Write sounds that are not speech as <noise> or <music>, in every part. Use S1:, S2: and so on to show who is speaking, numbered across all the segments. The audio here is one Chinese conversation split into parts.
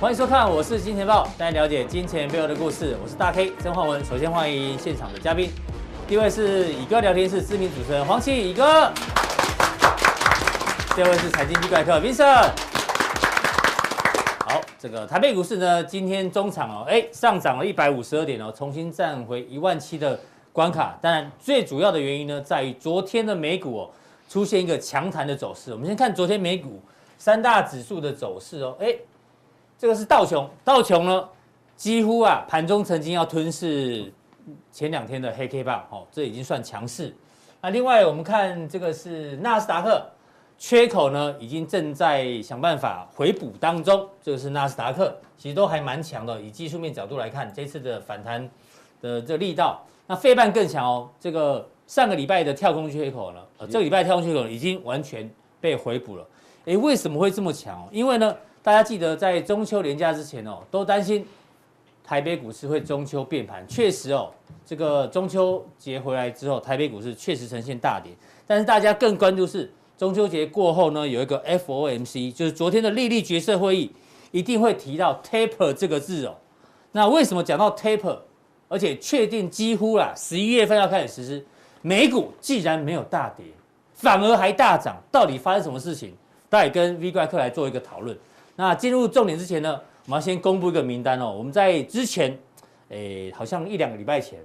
S1: 欢迎收看，我是金钱豹，带你了解金钱背后的故事。我是大 K 曾焕文。首先欢迎现场的嘉宾，第一位是乙哥聊天室知名主持人黄奇乙哥，第二位是财经机怪客 Vincent。好，这个台北股市呢，今天中场哦，哎，上涨了一百五十二点哦，重新站回一万七的关卡。当然，最主要的原因呢，在于昨天的美股哦，出现一个强弹的走势。我们先看昨天美股三大指数的走势哦，哎，这个是道琼，道琼呢几乎啊盘中曾经要吞噬前两天的黑 K 棒，哦，这已经算强势。那另外我们看这个是纳斯达克缺口呢，已经正在想办法回补当中。这个是纳斯达克，其实都还蛮强的。以技术面角度来看，这次的反弹的这力道，那费半更强哦。这个上个礼拜的跳空缺口呢，呃，这个礼拜跳空缺口已经完全被回补了。诶，为什么会这么强、哦？因为呢，大家记得在中秋连假之前哦，都担心台北股市会中秋变盘。确实哦，这个中秋节回来之后，台北股市确实呈现大跌。但是大家更关注是中秋节过后呢，有一个 FOMC，就是昨天的利率决策会议，一定会提到 taper 这个字哦。那为什么讲到 taper，而且确定几乎啦，十一月份要开始实施，美股既然没有大跌，反而还大涨，到底发生什么事情？待会跟 V 怪客来做一个讨论。那进入重点之前呢，我们要先公布一个名单哦。我们在之前，诶，好像一两个礼拜前，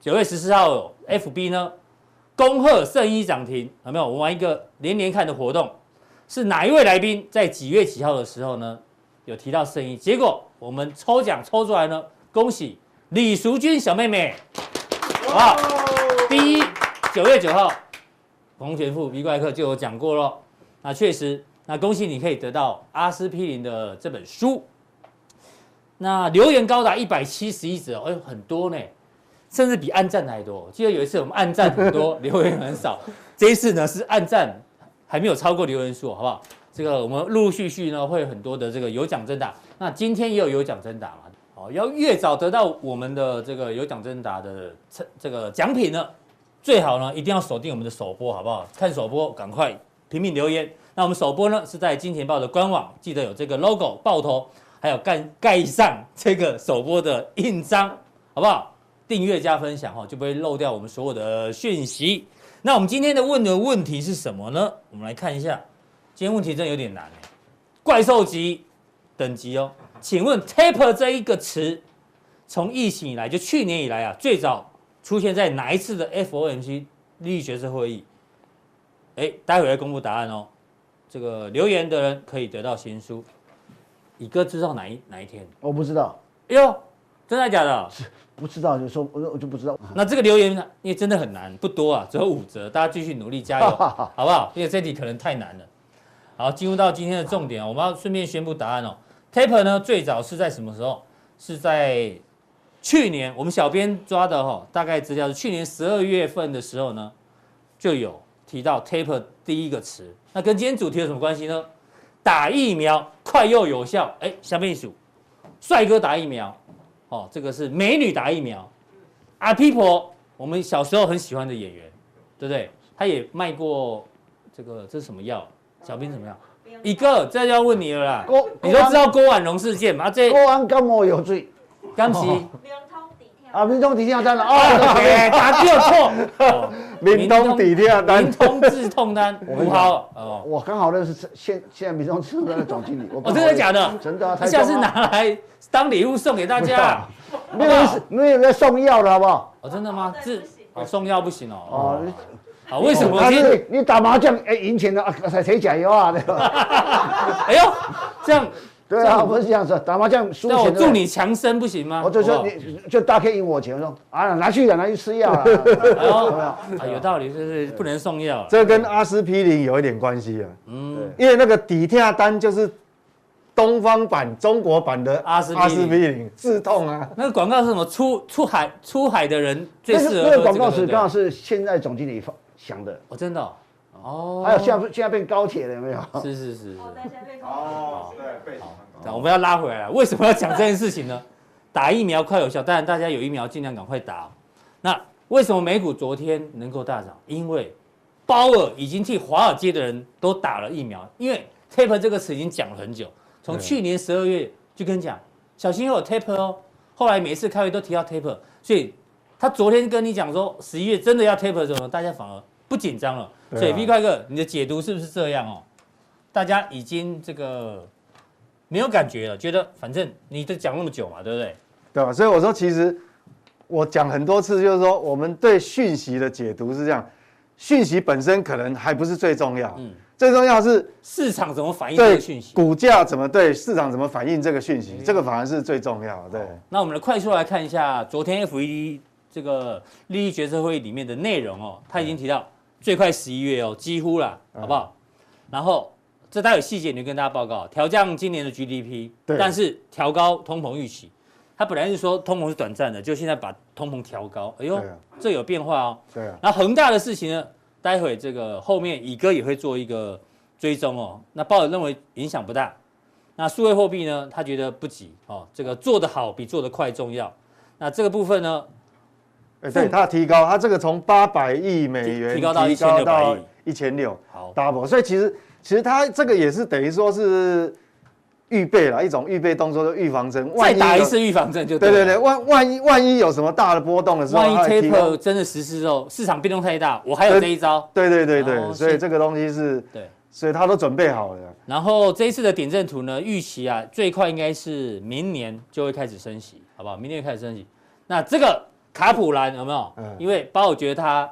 S1: 九月十四号哦，FB 呢恭贺圣衣涨停，有没有？我们玩一个连连看的活动，是哪一位来宾在几月几号的时候呢有提到圣衣？结果我们抽奖抽出来呢，恭喜李淑君小妹妹，好不好？第一，九月九号，洪全富 V 怪客就有讲过喽。那确实，那恭喜你可以得到阿司匹林的这本书。那留言高达一百七十一则哦，哎呦，很多呢，甚至比按赞还多。记得有一次我们按赞很多，留言很少，这一次呢是按赞还没有超过留言数，好不好？这个我们陆陆续续呢会有很多的这个有奖征答，那今天也有有奖征答嘛，哦，要越早得到我们的这个有奖征答的这这个奖品呢，最好呢一定要锁定我们的首播，好不好？看首播赶快评评留言。那我们首播呢是在金钱豹的官网，记得有这个 logo 爆头，还有盖盖上这个首播的印章，好不好？订阅加分享哈，就不会漏掉我们所有的讯息。那我们今天的问的问题是什么呢？我们来看一下，今天问题真的有点难欸怪兽级等级哦。请问 taper 这一个词，从疫情以来，就去年以来啊，最早出现在哪一次的 FOMC 利率决策会议？哎，待会儿会公布答案哦。这个留言的人可以得到新书。乙哥知道哪一哪一天？
S2: 我不知道，
S1: 哎呦，真的假的？
S2: 不知道就说，我就我就不知道。
S1: 那这个留言因为真的很难，不多啊，只有五折，大家继续努力加
S2: <laughs>
S1: 油，好不好？因为这题可能太难了。好，进入到今天的重点哦，我们要顺便宣布答案哦。Taper 呢，最早是在什么时候？是在去年，我们小编抓的哈、哦，大概资料是去年十二月份的时候呢，就有提到 Taper 第一个词。那跟今天主题有什么关系呢？打疫苗快又有效，哎，下面一数，帅哥打疫苗，哦，这个是美女打疫苗，阿皮婆，我们小时候很喜欢的演员，对不对？他也卖过这个，这是什么药？小兵什么药？一个，这就要问你了啦。
S2: 郭
S1: 你都知道郭婉容事件嘛？啊这
S2: 郭安感冒有罪
S1: 刚起
S3: 两通底跳。
S2: 啊，民众底下单了
S1: 哎
S2: 啊，
S1: ，OK，答就错。哦
S4: 民通底下单
S1: 民通治痛单，
S2: 跟
S1: 五
S2: 你
S1: 号哦。
S2: <laughs> 我刚好认识现现在民众指的总经理，我
S1: 哦，真的假的？
S2: 真的啊，
S1: 那
S2: 台中
S1: 下
S2: 啊
S1: 次拿来当礼物送给大家。
S2: 没有人是没有人在送药了，好不好？
S1: 哦，真的吗？
S3: 对
S1: 治
S3: 不行
S1: 哦送药不行哦。
S2: 哦，
S1: 好，为什么
S2: 他
S1: 今天？
S2: 是你打麻将哎赢钱了啊，谁谁加油啊？对吧？
S1: 哎呦，这样，
S2: 对啊，不是这样子，打麻将输钱
S1: 那我
S2: 的。
S1: 祝你强身不行吗？哦
S2: 我就
S1: 好
S2: 说
S1: 不好
S2: 你就大可以赢我钱，我说啊拿去了，拿去吃药
S1: <laughs>
S2: 了。
S1: 哎呦
S2: 哦
S1: 啊，有道理，就是不能送药啊。
S4: 这跟阿司匹林有一点关系啊，
S1: 嗯，
S4: 因为那个底下单就是东方版、中国版的
S1: 阿司匹林
S4: 林治痛啊。
S1: 那个广告是什么？出出海出海的人最
S2: 那
S1: 适
S2: 个
S1: 合
S2: 那个
S1: 喝
S2: 广
S1: 这
S2: 告
S1: 个对
S2: 词
S1: 不对
S2: 刚好是现在总经理发想的，
S1: 哦，真的哦。哦，
S2: 还有现在现在变高铁了有没有？
S1: 是是是。是
S3: 哦，大家被
S5: 哦，对，背景很
S1: 那
S5: 高。
S1: 我们要拉回来了，为什么要讲这件事情呢？打疫苗快有效，当然大家有疫苗尽量赶快打哦、那为什么美股昨天能够大涨？因为鲍尔已经替华尔街的人都打了疫苗，因为 taper 这个词已经讲了很久，从去年十二月就跟你讲，小心会有 taper 哦。后来每次开会都提到 taper，所以他昨天跟你讲说十一月真的要 taper 的时候，大家反而不紧张了。
S4: 对啊
S1: 所以 V 快哥，你的解读是不是这样哦？大家已经这个没有感觉了，觉得反正你都讲那么久嘛，对不对？
S4: 对吧？所以我说，其实我讲很多次，就是说我们对讯息的解读是这样，讯息本身可能还不是最重要，
S1: 嗯
S4: 最重要是
S1: 市场怎么反应这
S4: 对
S1: 个讯息？嗯
S4: 股价怎么对市场怎么反应这个讯息，这个反而是最重要的。对，
S1: 那我们来快速来看一下昨天 FED 这个利率决策会议里面的内容哦，他已经提到最快十一月哦，几乎啦，
S4: 嗯
S1: 好不好？然后这待会细节你就跟大家报告，调降今年的 GDP，
S4: 对
S1: 但是调高通膨预期。他本来是说通膨是短暂的，就现在把通膨调高，哎呦
S4: 对啊，
S1: 这有变化哦。
S4: 对啊，
S1: 那恒大的事情呢，待会这个后面乙哥也会做一个追踪哦。那鲍尔认为影响不大，那数位货币呢，他觉得不急哦，这个做得好比做得快重要。那这个部分呢，
S4: 哎对，它提高，它这个从八百亿美元
S1: 提高到1600亿
S4: 一千六
S1: 好，
S4: double，所以其实其实它这个也是等于说是预备了一种预备动作，就预防针，万
S1: 再
S4: 一
S1: 打一
S4: 有
S1: 次预防针就
S4: 对对
S1: 对
S4: 对，
S1: 了。
S4: 万万一万一有什么大的波动的时候，
S1: 万一
S4: 它也提供
S1: taper 真的实施之后，市场变动太大，我还有这一招。
S4: 对对对
S1: 然后
S4: 对，所
S1: 是
S4: 以这个东西是，
S1: 哦对，
S4: 所以他都准备好了。
S1: 然后这一次的点阵图呢，预期啊，最快应该是明年就会开始升息，好不好？明年就开始升息。那这个卡普兰有没有？
S4: 嗯
S1: 因为包我觉得他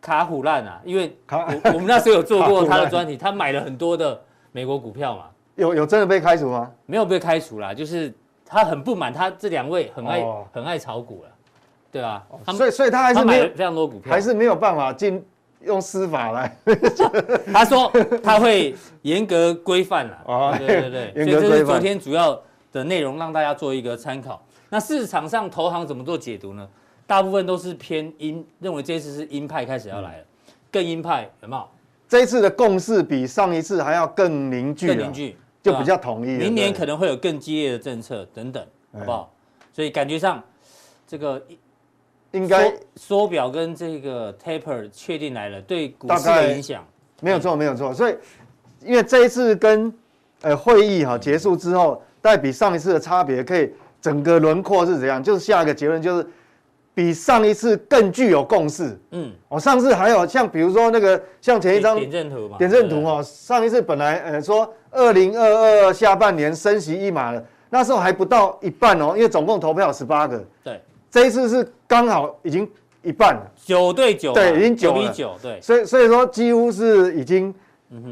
S1: 卡普兰啊，因为
S4: 卡
S1: 我我们那时候有做
S4: 卡
S1: 过
S4: 普
S1: 他
S4: 兰
S1: 的专题，他买了很多的美国股票嘛，
S4: 有有真的被开除吗？
S1: 没有被开除啦，就是他很不满，他这两位很爱、
S4: 哦
S1: 很爱炒股了，对啊，他
S4: 所
S1: 们
S4: 以所以他还
S1: 他
S4: 是没
S1: 买了
S4: 有，
S1: 非常多股票，
S4: 还是没有办法进用司法来。
S1: 他说他会严格规范啦。
S4: <laughs> 哦
S1: 对对对对，
S4: 严
S1: 所
S4: 格
S1: 以这
S4: 规范
S1: 是昨天主要的内容，让大家做一个参考。那市场上投行怎么做解读呢？大部分都是偏鹰，认为这次是鹰派开始要来了，
S4: 嗯
S1: 更鹰派有没有？
S4: 这一次的共识比上一次还要更凝聚，
S1: 更凝，聚，
S4: 啊
S1: 对
S4: 就
S1: 吧啊
S4: 比较统一了。
S1: 明年
S4: 对哎
S1: 可能会有更激烈的政策等等，好不好？所以感觉上这个
S4: 应
S1: 缩
S4: 该
S1: 缩表跟这个 taper 确定来了，对股
S4: 大
S1: 市
S4: 概
S1: 的影响，
S4: 没有错，没有错。所以因为这一次跟呃会议哈、结束之后，再比上一次的差别，可以整个轮廓是怎样？就是下一个结论就是比上一次更具有共识。
S1: 嗯，
S4: 我、上次还有像比如说那个像前一张
S1: 点阵图嘛，
S4: 点阵图
S1: 对
S4: 哦，上一次本来呃说二零二二下半年升息一码了，那时候还不到一半哦，因为总共投票十八个，
S1: 不对，对
S4: 这一次是刚好已经一半了，
S1: 九对九嘛，
S4: 对已经
S1: 九
S4: 九
S1: 比
S4: 了
S1: 九，对，
S4: 所以所以说几乎是已经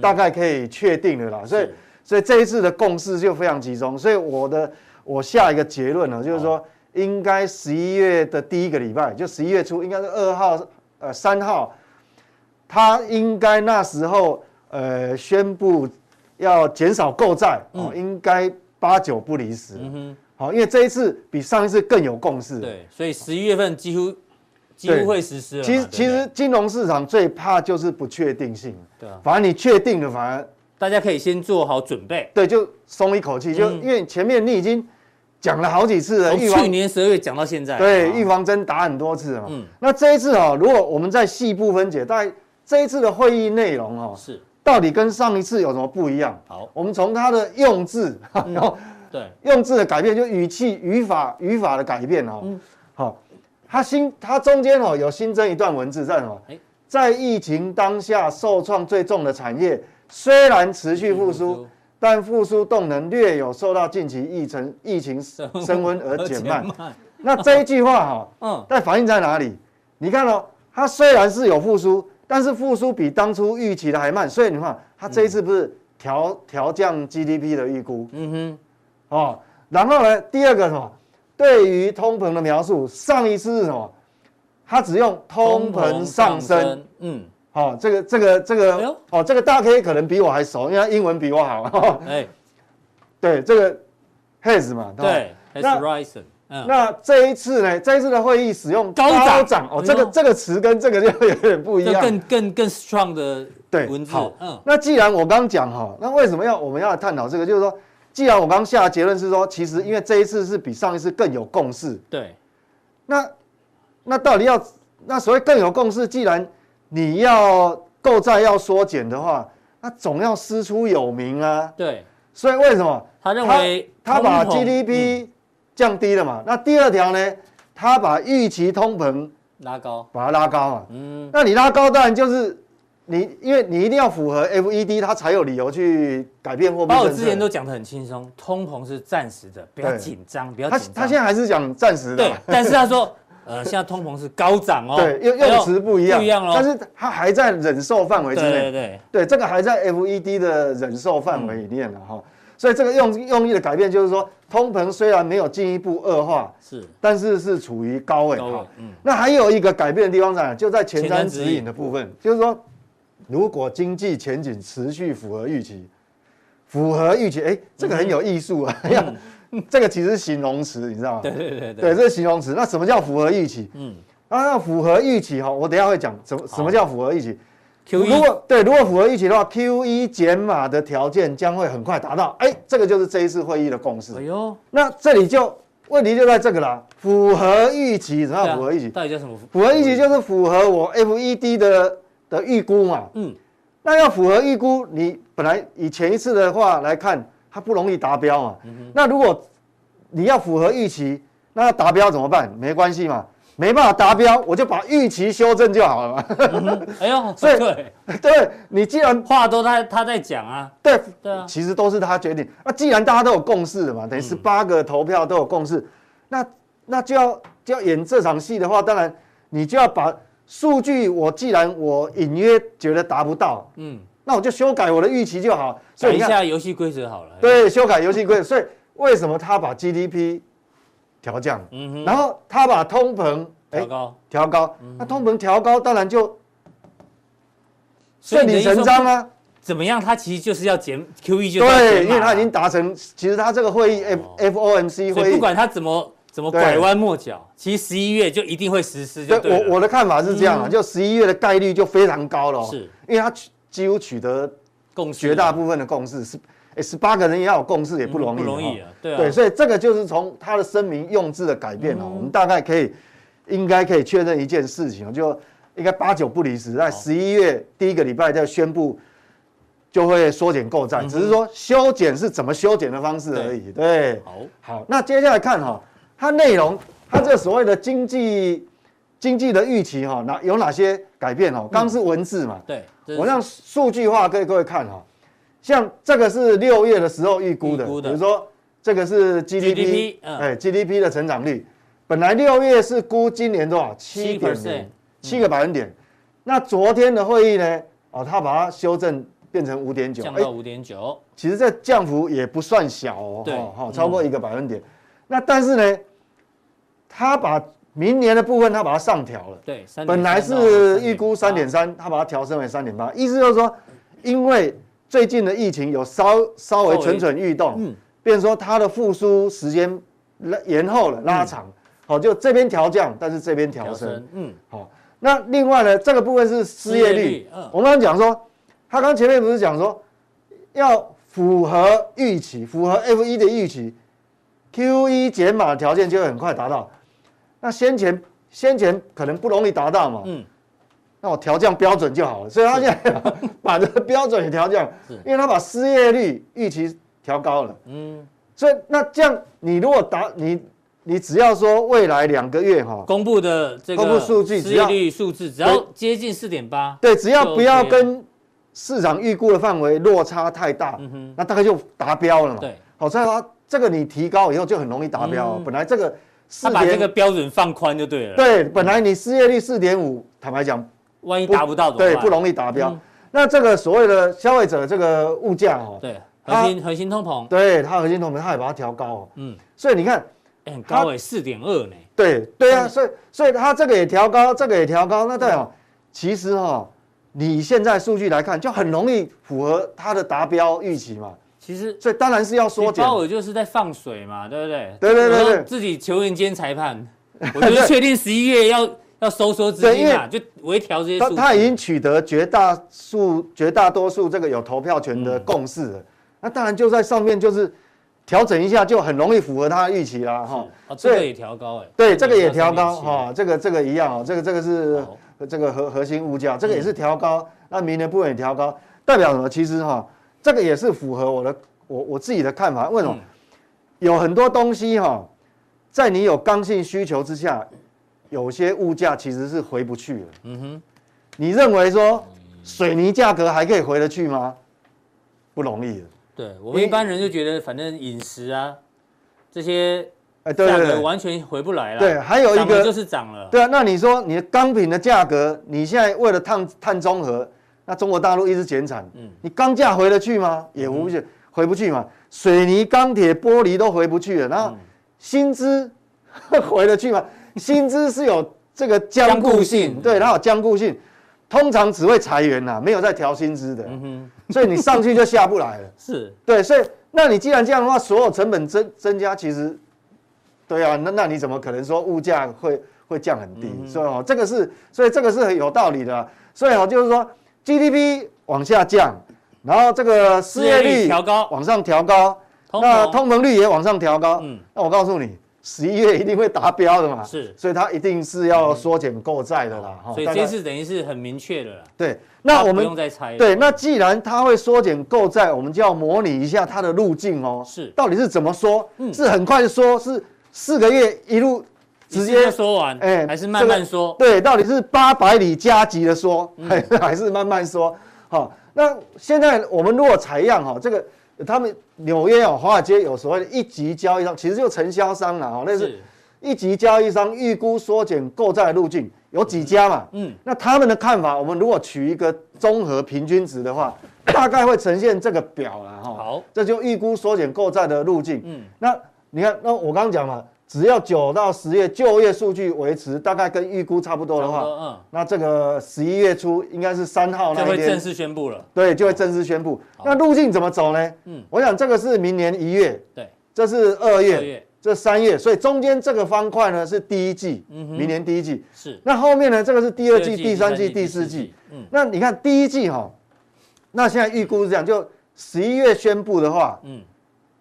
S4: 大概可以确定了啦，所以
S1: 嗯是
S4: 所以这一次的共识就非常集中，所以我的我下一个结论呢，就是说应该十一月的第一个礼拜，就十一月初，应该是二号呃三号，他应该那时候呃宣布要减少购债哦，应该八九不离十，
S1: 嗯哼。
S4: 好，因为这一次比上一次更有共识，
S1: 对，所以十一月份几乎几
S4: 对
S1: 乎会实施了嘛。
S4: 其实
S1: 对不
S4: 其
S1: 对
S4: 实金融市场最怕就是不确定性，
S1: 对啊
S4: 反而你确定了，反而
S1: 大家可以先做好准备。
S4: 对就松一口气，就
S1: 嗯
S4: 因为前面你已经讲了好几次了，
S1: 从
S4: 预防
S1: 去年十二月讲到现在，
S4: 对
S1: 啊
S4: 预防针打很多次嘛
S1: 嗯。
S4: 那这一次哦，如果我们再细部分解，大概这一次的会议内容哦，
S1: 是
S4: 到底跟上一次有什么不一样？
S1: 好，
S4: 我们从它的用字，然后
S1: 对，
S4: 用字的改变，就语气、语法、语法的改变哦。好、它新它中间哦有新增一段文字在哦
S1: 哎，
S4: 在疫情当下受创最重的产业，虽然持续复苏，，但复苏动能略有受到近期疫情疫情升温而 <laughs> 减慢。
S1: 慢，
S4: 那这一句话哈、
S1: 嗯，
S4: 但反映在哪里？你看哦，它虽然是有复苏，但是复苏比当初预期的还慢，所以你看它这一次不是调调降 GDP 的预估，嗯哼，哦，然后呢，第二个什么？对于通膨的描述，上一次是什么？它只用通膨上升，，
S1: 嗯，
S4: 哦，这个这个这
S1: 哎
S4: 个
S1: 呦，
S4: 哦，这个大 K 可能比我还熟，因为他英文比我好。 <laughs> 哦、
S1: 哎，
S4: 对，这个 has 嘛，吧
S1: 对
S4: 那
S1: ，Horizon，嗯，
S4: 那这一次呢？这一次的会议使用
S1: 高涨
S4: 哦，
S1: 哎呦
S4: 这个这个词跟这个就有点不一
S1: 这
S4: 样
S1: 更。更更 strong 的
S4: 对，
S1: 文字
S4: 好，，
S1: 嗯，
S4: 那既然我刚讲哈，那为什么要我们要探讨这个？就是说，既然我刚下的结论是说，其实因为这一次是比上一次更有共识，
S1: 对，
S4: 那那到底要那所谓更有共识，既然你要购债要缩减的话，那总要师出有名啊。
S1: 对，
S4: 所以为什么
S1: 他认为
S4: 他他把
S1: 通膨
S4: GDP 降低了嘛？那第二条呢，他把预期通膨
S1: 拉高，
S4: 把它拉高嘛。
S1: 嗯，
S4: 那你拉高当然就是你，因为你一定要符合 FED，它才有理由去改变货币
S1: 把我
S4: 政
S1: 之前都
S4: 策。
S1: 讲得很轻松，通膨是暂时的，不要
S4: 对
S1: 紧张，不要
S4: 他
S1: 紧张。
S4: 他现在还是讲暂时的
S1: 对
S4: 嘛，， <laughs>
S1: 但是他说，呃，现在通膨是高涨哦，
S4: 对，用
S1: 哎呦
S4: 用词不一样，
S1: 不一样喽。
S4: 但是他还在忍受范围
S1: 对
S4: 之
S1: 对
S4: 内。
S1: 对，
S4: 对，这个还在 FED 的忍受范围里面了啊
S1: 嗯
S4: 哈。所以这个用用意的改变就是说，通膨虽然没有进一步恶化，
S1: 是
S4: 但是是处于高位。
S1: 高位
S4: 好，
S1: 嗯，
S4: 那还有一个改变的地方在哪？就在前
S1: 前瞻
S4: 瞻
S1: 指
S4: 指
S1: 引
S4: 引的部分，就是说，如果经济前景持续符合预期，符合预期，哎、这个很有艺术啊，要、这个其实是形容词，你知道吗？
S1: 嗯对对对
S4: 对，
S1: 对，
S4: 这是形容词。那什么叫符合预期？
S1: 嗯
S4: 啊，那符合预期哈，我等一下会讲什么什么叫符合预期。
S1: ，Q
S4: 如
S1: E
S4: 果对，如果符合预期的话，Q E 减码的条件将会很快达到。哎，这个就是这一次会议的共识。
S1: 哎呦，
S4: 那这里就问题就在这个啦，符合预期，什么
S1: 对
S4: 叫
S1: 啊
S4: 符合预期？
S1: 到底叫什么？
S4: 符合预期就是符合我 FED 的的预估嘛。
S1: 嗯，
S4: 那要符合预估，你本来以前一次的话来看，它不容易达标嘛。那如果你要符合预期，那要达标怎么办？没关系嘛，没办法达标，我就把预期修正就好了嘛。 <laughs>
S1: 哎呦，
S4: 所以
S1: 对，
S4: 对你既然
S1: 话都他他在讲啊，
S4: 对
S1: 对啊
S4: 其实都是他决定。那既然大家都有共识了嘛，
S1: 嗯
S4: 等于十八个投票都有共识，那那就要就要演这场戏的话，当然你就要把数据，我既然我隐约觉得达不到，
S1: 嗯，
S4: 那我就修改我的预期就好。所
S1: 改
S4: 以
S1: 一
S4: 你看，
S1: 下游戏规则好了。，
S4: 对，修改游戏规则。所以为什么他把 GDP 调降，
S1: 嗯哼，
S4: 然后他把通膨
S1: 调嗯
S4: 哎
S1: 高，
S4: 调高，那通膨调高，当然就
S1: 所以
S4: 顺
S1: 你的
S4: 理
S1: 意思
S4: 成
S1: 说
S4: 章啊。
S1: 怎么样？他其实就是要减 Q E 就到
S4: 对，
S1: 减
S4: 因
S1: 码
S4: 为他已
S1: 了
S4: 经达成，其实他这个会议 F FOMC
S1: 所
S4: 会
S1: 以不
S4: 议，
S1: 管他怎么怎么
S4: 对
S1: 拐弯抹角，其实十一月就一定会实施就
S4: 对
S1: 对
S4: 我
S1: 了。嗯
S4: 我的看法是这样啊，就十一月的概率就非常高了哦，
S1: 是
S4: 因为他取几乎取得
S1: 共识
S4: 绝大
S1: 了
S4: 部分的共识，十诶十八个人也要有共识也不容易
S1: 不
S4: 哦，
S1: 容易啊，对啊，嗯
S4: 对，所以这个就是从他的声明用字的改变哦，我们大概可以应该可以确认一件事情哦，就应该八九不离十，
S1: 哦
S4: 在十一月第一个礼拜就宣布就会缩减购
S1: 嗯
S4: 债，只是说修减是怎么修减的方式而已，对。
S1: 好，
S4: 好，那接下来看哈、它内容，它这所谓的经济经济的预期哈、哪有哪些改变哦？刚是文字嘛，
S1: 嗯对，这是
S4: 我让数据化给各位看哈、像这个是六月的时候预估的，
S1: 预估的
S4: 比如说这个是
S1: GDP
S4: GDP，
S1: 嗯
S4: 哎 GDP 的成长率，本来六月是估今年多少七点
S1: 7%
S4: 零七个百分点，那昨天的会议呢，哦，它把它修正变成五点九，
S1: 降
S4: 哎
S1: 到五点九，
S4: 其实这降幅也不算小哦，
S1: 对
S4: 哦哦
S1: 嗯
S4: 超过一个百分点。那但是呢，他把明年的部分他把它上调了，
S1: 对，3.3
S4: 本来
S1: 到
S4: 是预估三
S1: 3.8
S4: 点三，他把它调升为三点八，意思就是说，因为最近的疫情有稍稍微
S1: 稍微
S4: 蠢蠢欲动，
S1: 嗯
S4: 嗯，变成说它的复苏时间拉延后了，拉长，好，就这边调降，但是这边
S1: 嗯
S4: 调
S1: 调
S4: 升
S1: 升，，嗯，
S4: 好，那另外呢，这个部分是失业率。
S1: 失业率嗯
S4: 我们刚刚讲说，他刚前面不是讲说要符合预期，符合 F 一的预期，Q 一减码条件就会很快达到。那先前先前可能不容易达到嘛，
S1: 嗯
S4: 嗯，那我调降标准就好了。所以他现在 <laughs> 把这个标准也调降
S1: 是，
S4: 因为他把失业率预期调高了。
S1: 嗯，
S4: 所以那这样，你如果达你你只要说未来两个月哈、
S1: 公布的这个
S4: 公布数据
S1: 失
S4: 只
S1: 业
S4: 要
S1: 率数字只要接近四点八，
S4: 对，只要不要
S1: 就 OK 了
S4: 跟市场预估的范围落差太大，那大概就达标了
S1: 嗯
S4: 嘛。
S1: 对，
S4: 好在它这个你提高以后就很容易达标、哦
S1: 嗯
S4: 本来这个
S1: 他
S4: 四
S1: 把这
S4: 点
S1: 个标准放宽就对了，，
S4: 对，本来你失业率四点五，坦白讲
S1: 万一达不到怎么
S4: 对
S1: 办
S4: 不容易达标、
S1: 嗯
S4: 那这个所谓的消费者这个物价哦，
S1: 对，核心核心通膨，
S4: 对它核心通膨它也把它调高哦，
S1: 嗯，
S4: 所以你看
S1: 哎很高哎，四点二呢，
S4: 对对啊，所以所以它这个也调高，这个也调高，那代表其实哈、哦，你现在数据来看就很容易符合它的达标预期嘛。
S1: 其实。
S4: 所以当然是要缩减
S1: 鲍。尔就是在放水嘛，对不对？
S4: 对对对
S1: 我说
S4: 对
S1: 自己球员兼裁判，我
S4: <laughs>
S1: 就是确定十一月要要收缩资金嘛，就微调这些数
S4: 他
S1: 字。
S4: 他已经取得绝大数、绝大多数这个有投票权的共识了，那当然就在上面就是调整一下，就很容易符合他的预期啦，哈。
S1: 哦，这
S4: 所以
S1: 个也调高哎，
S4: 对，这个也调高
S1: 3.7
S4: 哈、这个这个一样哦，这个这个是
S1: 好
S4: 这个核核心物价，这个也是调高，那明年部分也调高，代表什么？其实哈、这个也是符合我的我我自己的看法，为什么？
S1: 嗯
S4: 有很多东西哈、在你有刚性需求之下，有些物价其实是回不去了。嗯哼，你认为说水泥价格还可以回得去吗？不容易了。
S1: 对我们一般人就觉得，反正饮食啊这些
S4: 哎，对
S1: 价
S4: 对
S1: 格
S4: 对，
S1: 完全回不来了。
S4: 对，，还有一
S1: 涨了就
S4: 个，
S1: 是涨了。
S4: 对啊，那你说你的钢品的价格，你现在为了碳碳中和，那中国大陆一直减产，
S1: 嗯
S4: 你钢价回得去吗？也回不去，回不去嘛。水泥、钢铁、玻璃都回不去了，
S1: 嗯
S4: 那薪资 <laughs> 回得去吗？薪资是有这个
S1: 僵
S4: 僵
S1: 固
S4: 固
S1: 性
S4: 性，对，它有僵固性，通常只会裁员呐、啊没有在调薪资的，
S1: 嗯
S4: 所以你上去就下不来了。
S1: 是，
S4: 对，所以那你既然这样的话，所有成本增增加，其实，对啊，那那你怎么可能说物价会会降很
S1: 嗯
S4: 低？所以哦，这个是，所以这个是很有道理的啊、所以哦，就是说 GDP 往下降，然后这个失业
S1: 失业率
S4: 率
S1: 调高
S4: 往上调高，
S1: 通
S4: 那
S1: 膨
S4: 通膨率也往上调高。
S1: 嗯
S4: 那我告诉你，十一月一定会达标的嘛。
S1: 是嗯
S4: 所以它一定是要缩减购债的啦。哈哦
S1: 所以
S4: 大概
S1: 这次等于是很明确的了啦。
S4: 对，那我
S1: 不
S4: 们
S1: 用再猜了。
S4: 对，那既然它会缩减购债，我们就要模拟一下它的路径哦。
S1: 是
S4: 到底是怎么说？
S1: 嗯
S4: 是很快说，是四个月一路直
S1: 直
S4: 接
S1: 接说完，
S4: 哎
S1: 还是慢慢
S4: 这个
S1: 说？
S4: 对，到底是八百里加急的说，
S1: 嗯
S4: 还、还是慢慢说？好、那现在我们如果采样哈、这个他们纽约哦，华尔街有所谓的一级交易商，其实就承销商啦，哈、哦类似
S1: 是，
S4: 一级交易商预估缩减购债的路径有几家嘛？
S1: 嗯，
S4: 那他们的看法，我们如果取一个综合平均值
S1: <coughs>
S4: 的话，大概会呈现这个表啦哈。
S1: 好，
S4: 这就预估缩减购债的路径。
S1: 嗯
S4: 嗯，那你看，那我刚刚讲嘛，只要九到十月就业数据维持大概跟预估差不多的
S1: 差不
S4: 话，
S1: 多
S4: 那这个十一月初应该是三号
S1: 嗯，就
S4: 那一
S1: 会正
S4: 天，
S1: 式宣布了。
S4: 对，就会正式宣布。那路径怎么走呢？
S1: 嗯
S4: 嗯，我想这个是明年一月，
S1: 对，
S4: 这是二
S1: 二
S4: 月
S1: 月，
S4: 这三月，所以中间这个方块呢是第一季，明年第一季。
S1: 是
S4: 那后面呢？这个是嗯第二季、第三季、第四季。，
S1: 嗯，
S4: 那你看第一季哈，那现在预估是这样，就十一月宣布的话，
S1: 嗯
S4: 嗯，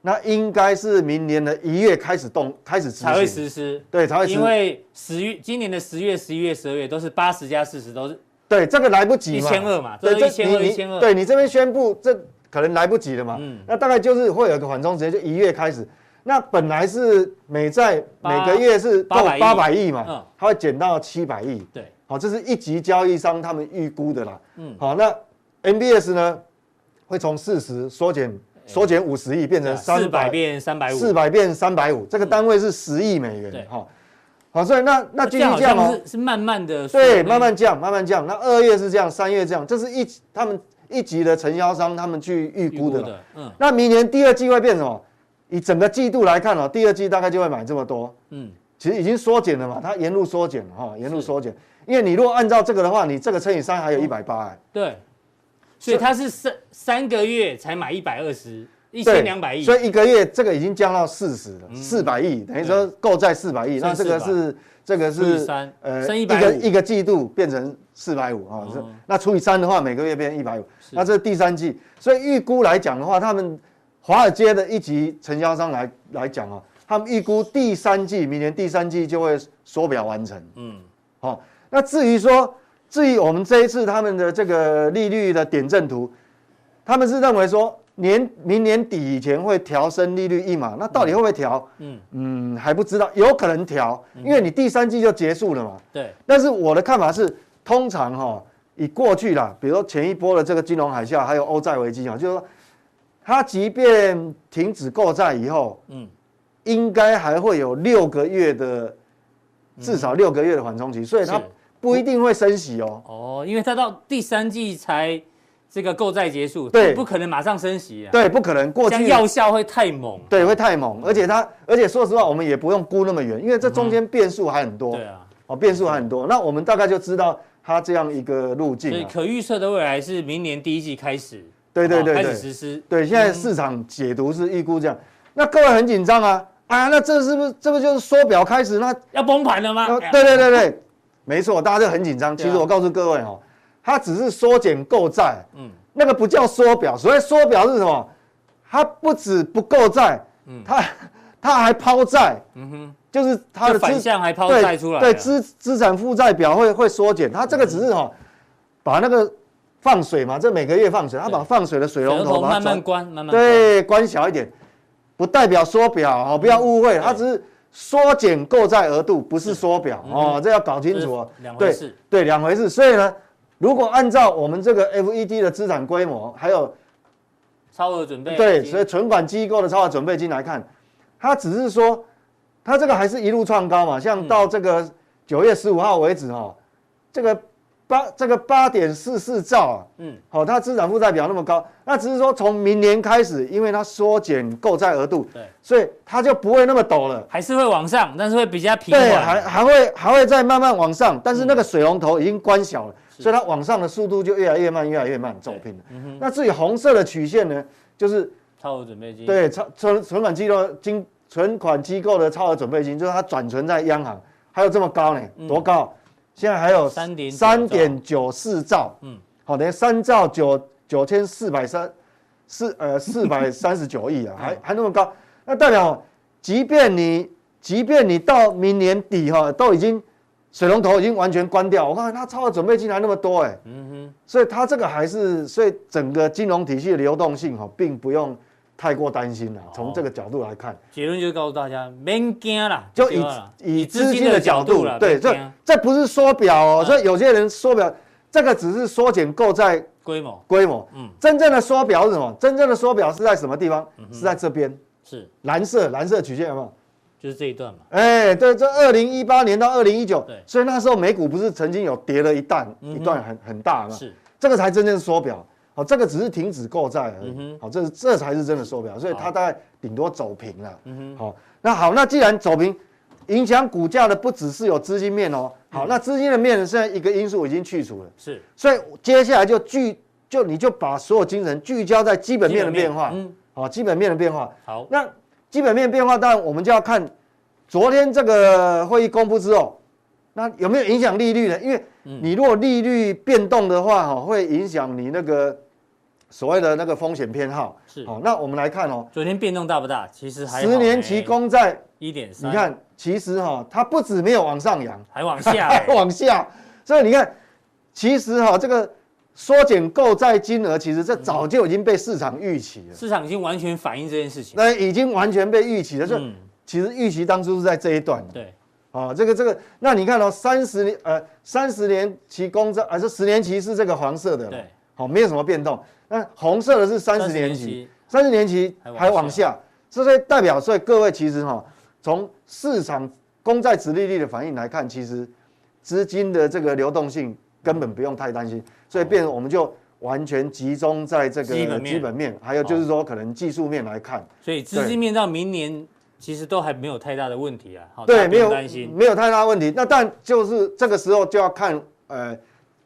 S4: 那应该是明年的一月开始动，开始执行
S1: 才会实施。
S4: 对，才会实
S1: 因为十月今年的十月、十一月、十二月都是八十加四十，都是
S4: 对这个来不及
S1: 一
S4: 嘛，
S1: 千二嘛，
S4: 对，
S1: 这
S4: 这
S1: 一千二、
S4: 你
S1: 一
S4: 你
S1: 千二，
S4: 对你这边宣布这可能来不及了嘛，
S1: 嗯
S4: 那大概就是会有一个缓冲时间，就一月开始。那本来是美债
S1: 八
S4: 每个月是够
S1: 800亿
S4: 八百亿
S1: 嗯
S4: 嘛，它会减到七百亿，
S1: 对，
S4: 好，这是一级交易商他们预估的啦。
S1: 嗯
S4: 嗯，好，那 MBS 呢会从四十缩减缩减五十亿，变成
S1: 哎啊四
S4: 三
S1: 百
S4: 百
S1: 变三百五，嗯
S4: 四百变三百五，这个单位是十亿美
S1: 对
S4: 元。好，好，所以那那
S1: 这
S4: 继续
S1: 样好
S4: 这样
S1: 像
S4: 哦，
S1: 是是慢慢的，
S4: 对，慢慢降，慢慢降。那二月是这样，三月这样，这是一他们一级的承销商他们去预
S1: 预
S4: 估的啦。，
S1: 嗯
S4: 那明年第二季会变什么？以整个季度来看哦，第二季大概就会买这么多。
S1: 嗯，
S4: 其实已经缩减了嘛，它沿路缩减了哈，沿路缩减。因为你如果按照这个的话，你这个乘以三还有一百八，哎
S1: 对，所以它是三三个月才买一百二十，一
S4: 一
S1: 千两百亿，
S4: 所以一个月这个已经降到四十了，四百亿，等于说购债嗯四百亿，
S1: 剩
S4: 那这个
S1: 400
S4: 是这个
S1: 除以
S4: 是
S1: 三
S4: 呃
S1: 剩
S4: 一
S1: 150
S4: 个一个季度变成四百五啊，是
S1: 哦
S4: 那除以三的话，每个月变一百五，那这是第三季，所以预估来讲的话，他们华尔街的一级承销商来来讲啊，他们预估第三季明年第三季就会缩表完成，
S1: 嗯，
S4: 好、那至于说，至于我们这一次他们的这个利率的点阵图，他们是认为说年明年底以前会调升利率一码，那到底会不会调？
S1: 嗯
S4: 嗯还不知道，有可能调，因为你第三季就结束了嘛。
S1: 对，
S4: 但是我的看法是，通常哈、以过去啦，比如说前一波的这个金融海啸，还有欧债危机啊，就是说，它即便停止购债以后，
S1: 嗯，
S4: 应该还会有六个月的，至少六个月的缓冲期，所以它
S1: 嗯是
S4: 不一定会升息哦。
S1: 哦，因为它到第三季才这个购债结束，
S4: 对
S1: 不可能马上升息啊，
S4: 对，不可能过
S1: 这样
S4: 去
S1: 药效会太猛，
S4: 对会太猛，而且它而且说实话，我们也不用估那么远，因为这中间变数还很多。
S1: 嗯对啊，
S4: 哦，变数还很多，那我们大概就知道它这样一个路
S1: 所以
S4: 径、啊。
S1: 可预测的未来是明年第一季开始，
S4: 对对对
S1: 哦
S4: 对
S1: 开始实嗯施，
S4: 对，现在市场解读是预估这样，那各位很紧张啊啊，那这是不是这不就是缩表开始？那
S1: 要崩盘了吗哎
S4: 呃？对对对对，没错，大家就很紧张。
S1: 啊对啊
S4: 其实我告诉各位哦，它只是缩减购债，
S1: 嗯
S4: 嗯，那个不叫缩表。所谓缩表是什么？它不止不购债，嗯，它它还抛债，嗯哼，就是它
S1: 就
S4: 的
S1: 反
S4: 资
S1: 向还抛
S4: 对
S1: 债出来了，啊
S4: 对资资产负债表会会缩减。它这个只是哈、把那个放水嘛，这每个月放水，他
S1: 对
S4: 把放水的
S1: 水
S4: 水龙
S1: 龙
S4: 头
S1: 头
S4: 把它
S1: 慢慢
S4: 转
S1: 关，慢慢关，嗯
S4: 对，关小一点，不代表缩表哦，不要误会，它只是缩减购债额度，不是缩表哦，这要搞清楚哦
S1: 嗯这是。两回
S4: 对
S1: 事
S4: 对，两回事。所以呢，如果按照我们这个 FED 的资产规模，还有
S1: 超额准备
S4: 对，
S1: 金
S4: 所以存款机构的超额准备金来看，它只是说，它这个还是一路创高嘛，
S1: 嗯
S4: 像到这个九月十五号为止哦，这个八这个八点四四兆、啊，
S1: 嗯
S4: 嗯，好、它资产负债表那么高，那只是说从明年开始，因为它缩减购债额度，
S1: 对，
S4: 所以它就不会那么陡了。
S1: 还是会往上，但是会比较平
S4: 对，
S1: 缓，
S4: 还还会还会再慢慢往上，但是那个水龙头已经关小了，所以它往上的速度就越来越慢，越来越慢，走平了。
S1: 嗯
S4: 那至于红色的曲线呢，就是
S1: 超额准备金，
S4: 对，超存存款机构金存款机构的超额准备金，就是它转存在央行，还有这么高呢，多高？现在还有
S1: 3.9
S4: 嗯三点九四兆，
S1: 嗯
S4: 嗯，好，等于三兆九九千四百三四呃四百三十九亿啊，还还那么高，那代表即便你即便你到明年底哈、都已经水龙头已经完全关掉，我看它超额准备金还那么多哎、
S1: 嗯哼，
S4: 所以它这个还是，所以整个金融体系的流动性哦，并不用太过担心了。从这个角度来看，
S1: 结论就是告诉大家，免惊啦，
S4: 就
S1: 对
S4: 以
S1: 啦
S4: 以资金的角度，
S1: 啦啊
S4: 对，
S1: 不用
S4: 这
S1: 怕
S4: 这不是缩表哦，
S1: 嗯
S4: 所以有些人缩表，这个只是缩减购债
S1: 规模
S4: 规模。
S1: 嗯
S4: 真正的缩表是什么？真正的缩表是在什么地方？是在这边，
S1: 是
S4: 蓝色蓝色曲线有没有？
S1: 就是这一段嘛，
S4: 哎，对，这二零一八年到二零一九
S1: 对，
S4: 所以那时候美股不是曾经有跌了一段一段很很大嘛？
S1: 是
S4: 这个才真正缩表。好、这个只是停止购债而已。好、
S1: 嗯
S4: 这是这才是真的缩表，所以它
S1: 好
S4: 大概顶多走平了。好、
S1: 嗯
S4: 那好，那既然走平，影响股价的不只是有资金面哦。好，
S1: 嗯
S4: 那资金的面现在一个因素已经去除了，
S1: 是
S4: 所以接下来就聚就你就把所有精神聚焦在基本面的变化。
S1: 嗯，
S4: 好、基本面的变化。
S1: 好，
S4: 那基本面变化，当然我们就要看昨天这个会议公布之后，那有没有影响利率呢？因为
S1: 嗯
S4: 你如果利率变动的话，哈，会影响你那个所谓的那个风险偏好。
S1: 是
S4: 好，那我们来看哦，
S1: 昨天变动大不大？其实还欸
S4: 十年期公债，
S1: 一点三，
S4: 你看，其实哈、它不止没有往上扬，
S1: 还往下
S4: <laughs> 还
S1: 欸，
S4: 往下，所以你看，其实哈、这个缩减购债金额，其实这早就已经被市场预期了。
S1: 市场已经完全反映这件事情，
S4: 那已经完全被预期了，就
S1: 嗯
S4: 其实预期当初是在这一段的
S1: 对，
S4: 啊、这个这个，那你看哦，三十年呃三十年期公债，啊，这十年期是这个黄色的啦，
S1: 对
S4: 好、没有什么变动。那红色的是嗯三十年期，三十年期
S1: 还往
S4: 还往下，这所以代表，所以各位其实哈、从市场公债殖利率的反应来看，其实资金的这个流动性根本不用太担心，所以变成我们就完全集中在这个
S1: 基本面
S4: 基本面，还有就是说可能技术面来看。
S1: 所以资金面到明年其实都还没有太大的问题啊，好，大
S4: 对，
S1: 家不
S4: 没
S1: 用
S4: 有
S1: 担心，
S4: 没有太大问题。那但就是这个时候就要看呃，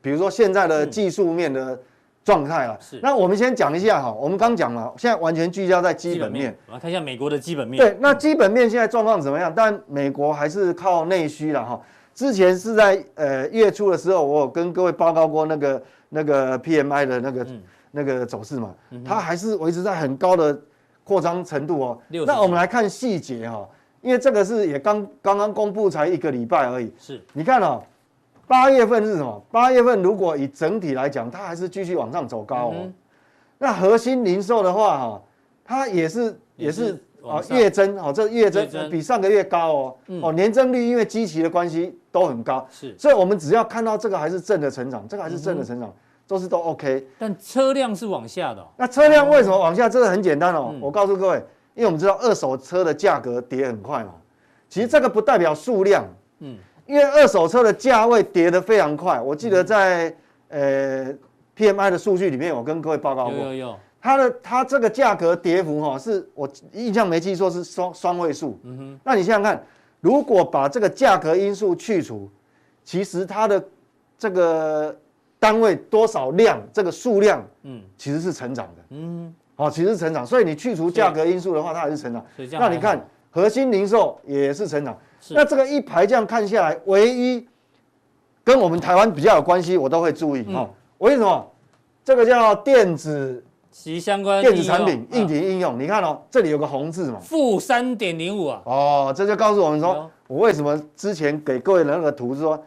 S4: 比如说现在的技术面的状态了。
S1: 嗯是
S4: 那我们先讲一下哈，我们刚讲了，现在完全聚焦在基本面。，
S1: 我们看一下美国的基本面，
S4: 对，那基本面现在状况怎么样？但美国还是靠内需了哈。之前是在呃月初的时候，我有跟各位报告过那个那个 PMI 的那个、那个走势嘛，它还是维持在很高的扩张程度哦。
S1: 60
S4: 那我们来看细节哈，因为这个是也刚刚刚公布才一个礼拜而已。
S1: 是
S4: 你看哦，八月份是什么？八月份如果以整体来讲，它还是继续往上走高哦。
S1: 嗯哼
S4: 那核心零售的话、哦，它也是
S1: 也
S4: 也
S1: 是
S4: 是啊
S1: 往上
S4: 月增哦，这月增
S1: 月增嗯
S4: 比上个月高哦、哦，年增率因为基期的关系都很高，
S1: 是，
S4: 所以我们只要看到这个还是正的成长，这个还是正
S1: 嗯
S4: 的成长，都是都 OK。
S1: 但车辆是往下的哦，
S4: 那车辆为什么往下？这个很简单哦，
S1: 嗯
S4: 我告诉各位，因为我们知道二手车的价格跌很快嘛，其实这个不代表数量，
S1: 嗯
S4: 嗯，因为二手车的价位跌得非常快，我记
S1: 嗯
S4: 得在、呃 PMI 的数据里面，我跟各位报告
S1: 有有
S4: 过，
S1: 有，
S4: 它的它这个价格跌幅哈、哦，是我印象没记错是双双位数，嗯哼，那你想想看，如果把这个价格因素去除，其实它的这个单位多少量，这个数量，
S1: 嗯
S4: 嗯，其实是成长的。
S1: 嗯，
S4: 哦，其实成长，所以你去除价格因素的话，它还是成长
S1: 所以。这样
S4: 那你
S1: 还好
S4: 看核心零售也是成长，
S1: 是
S4: 那这个一排这样看下来，唯一跟我们台湾比较有关系，我都会注
S1: 嗯
S4: 意哦。为什么？这个叫电子
S1: 其相关
S4: 电子产品
S1: 呃应用嗯
S4: 硬体应用，你看哦，这里有个红字嘛
S1: 啊，负三点零五啊，
S4: 哦，这就告诉我们
S1: 哎呦
S4: 说，我为什么之前给各位的那个图是说，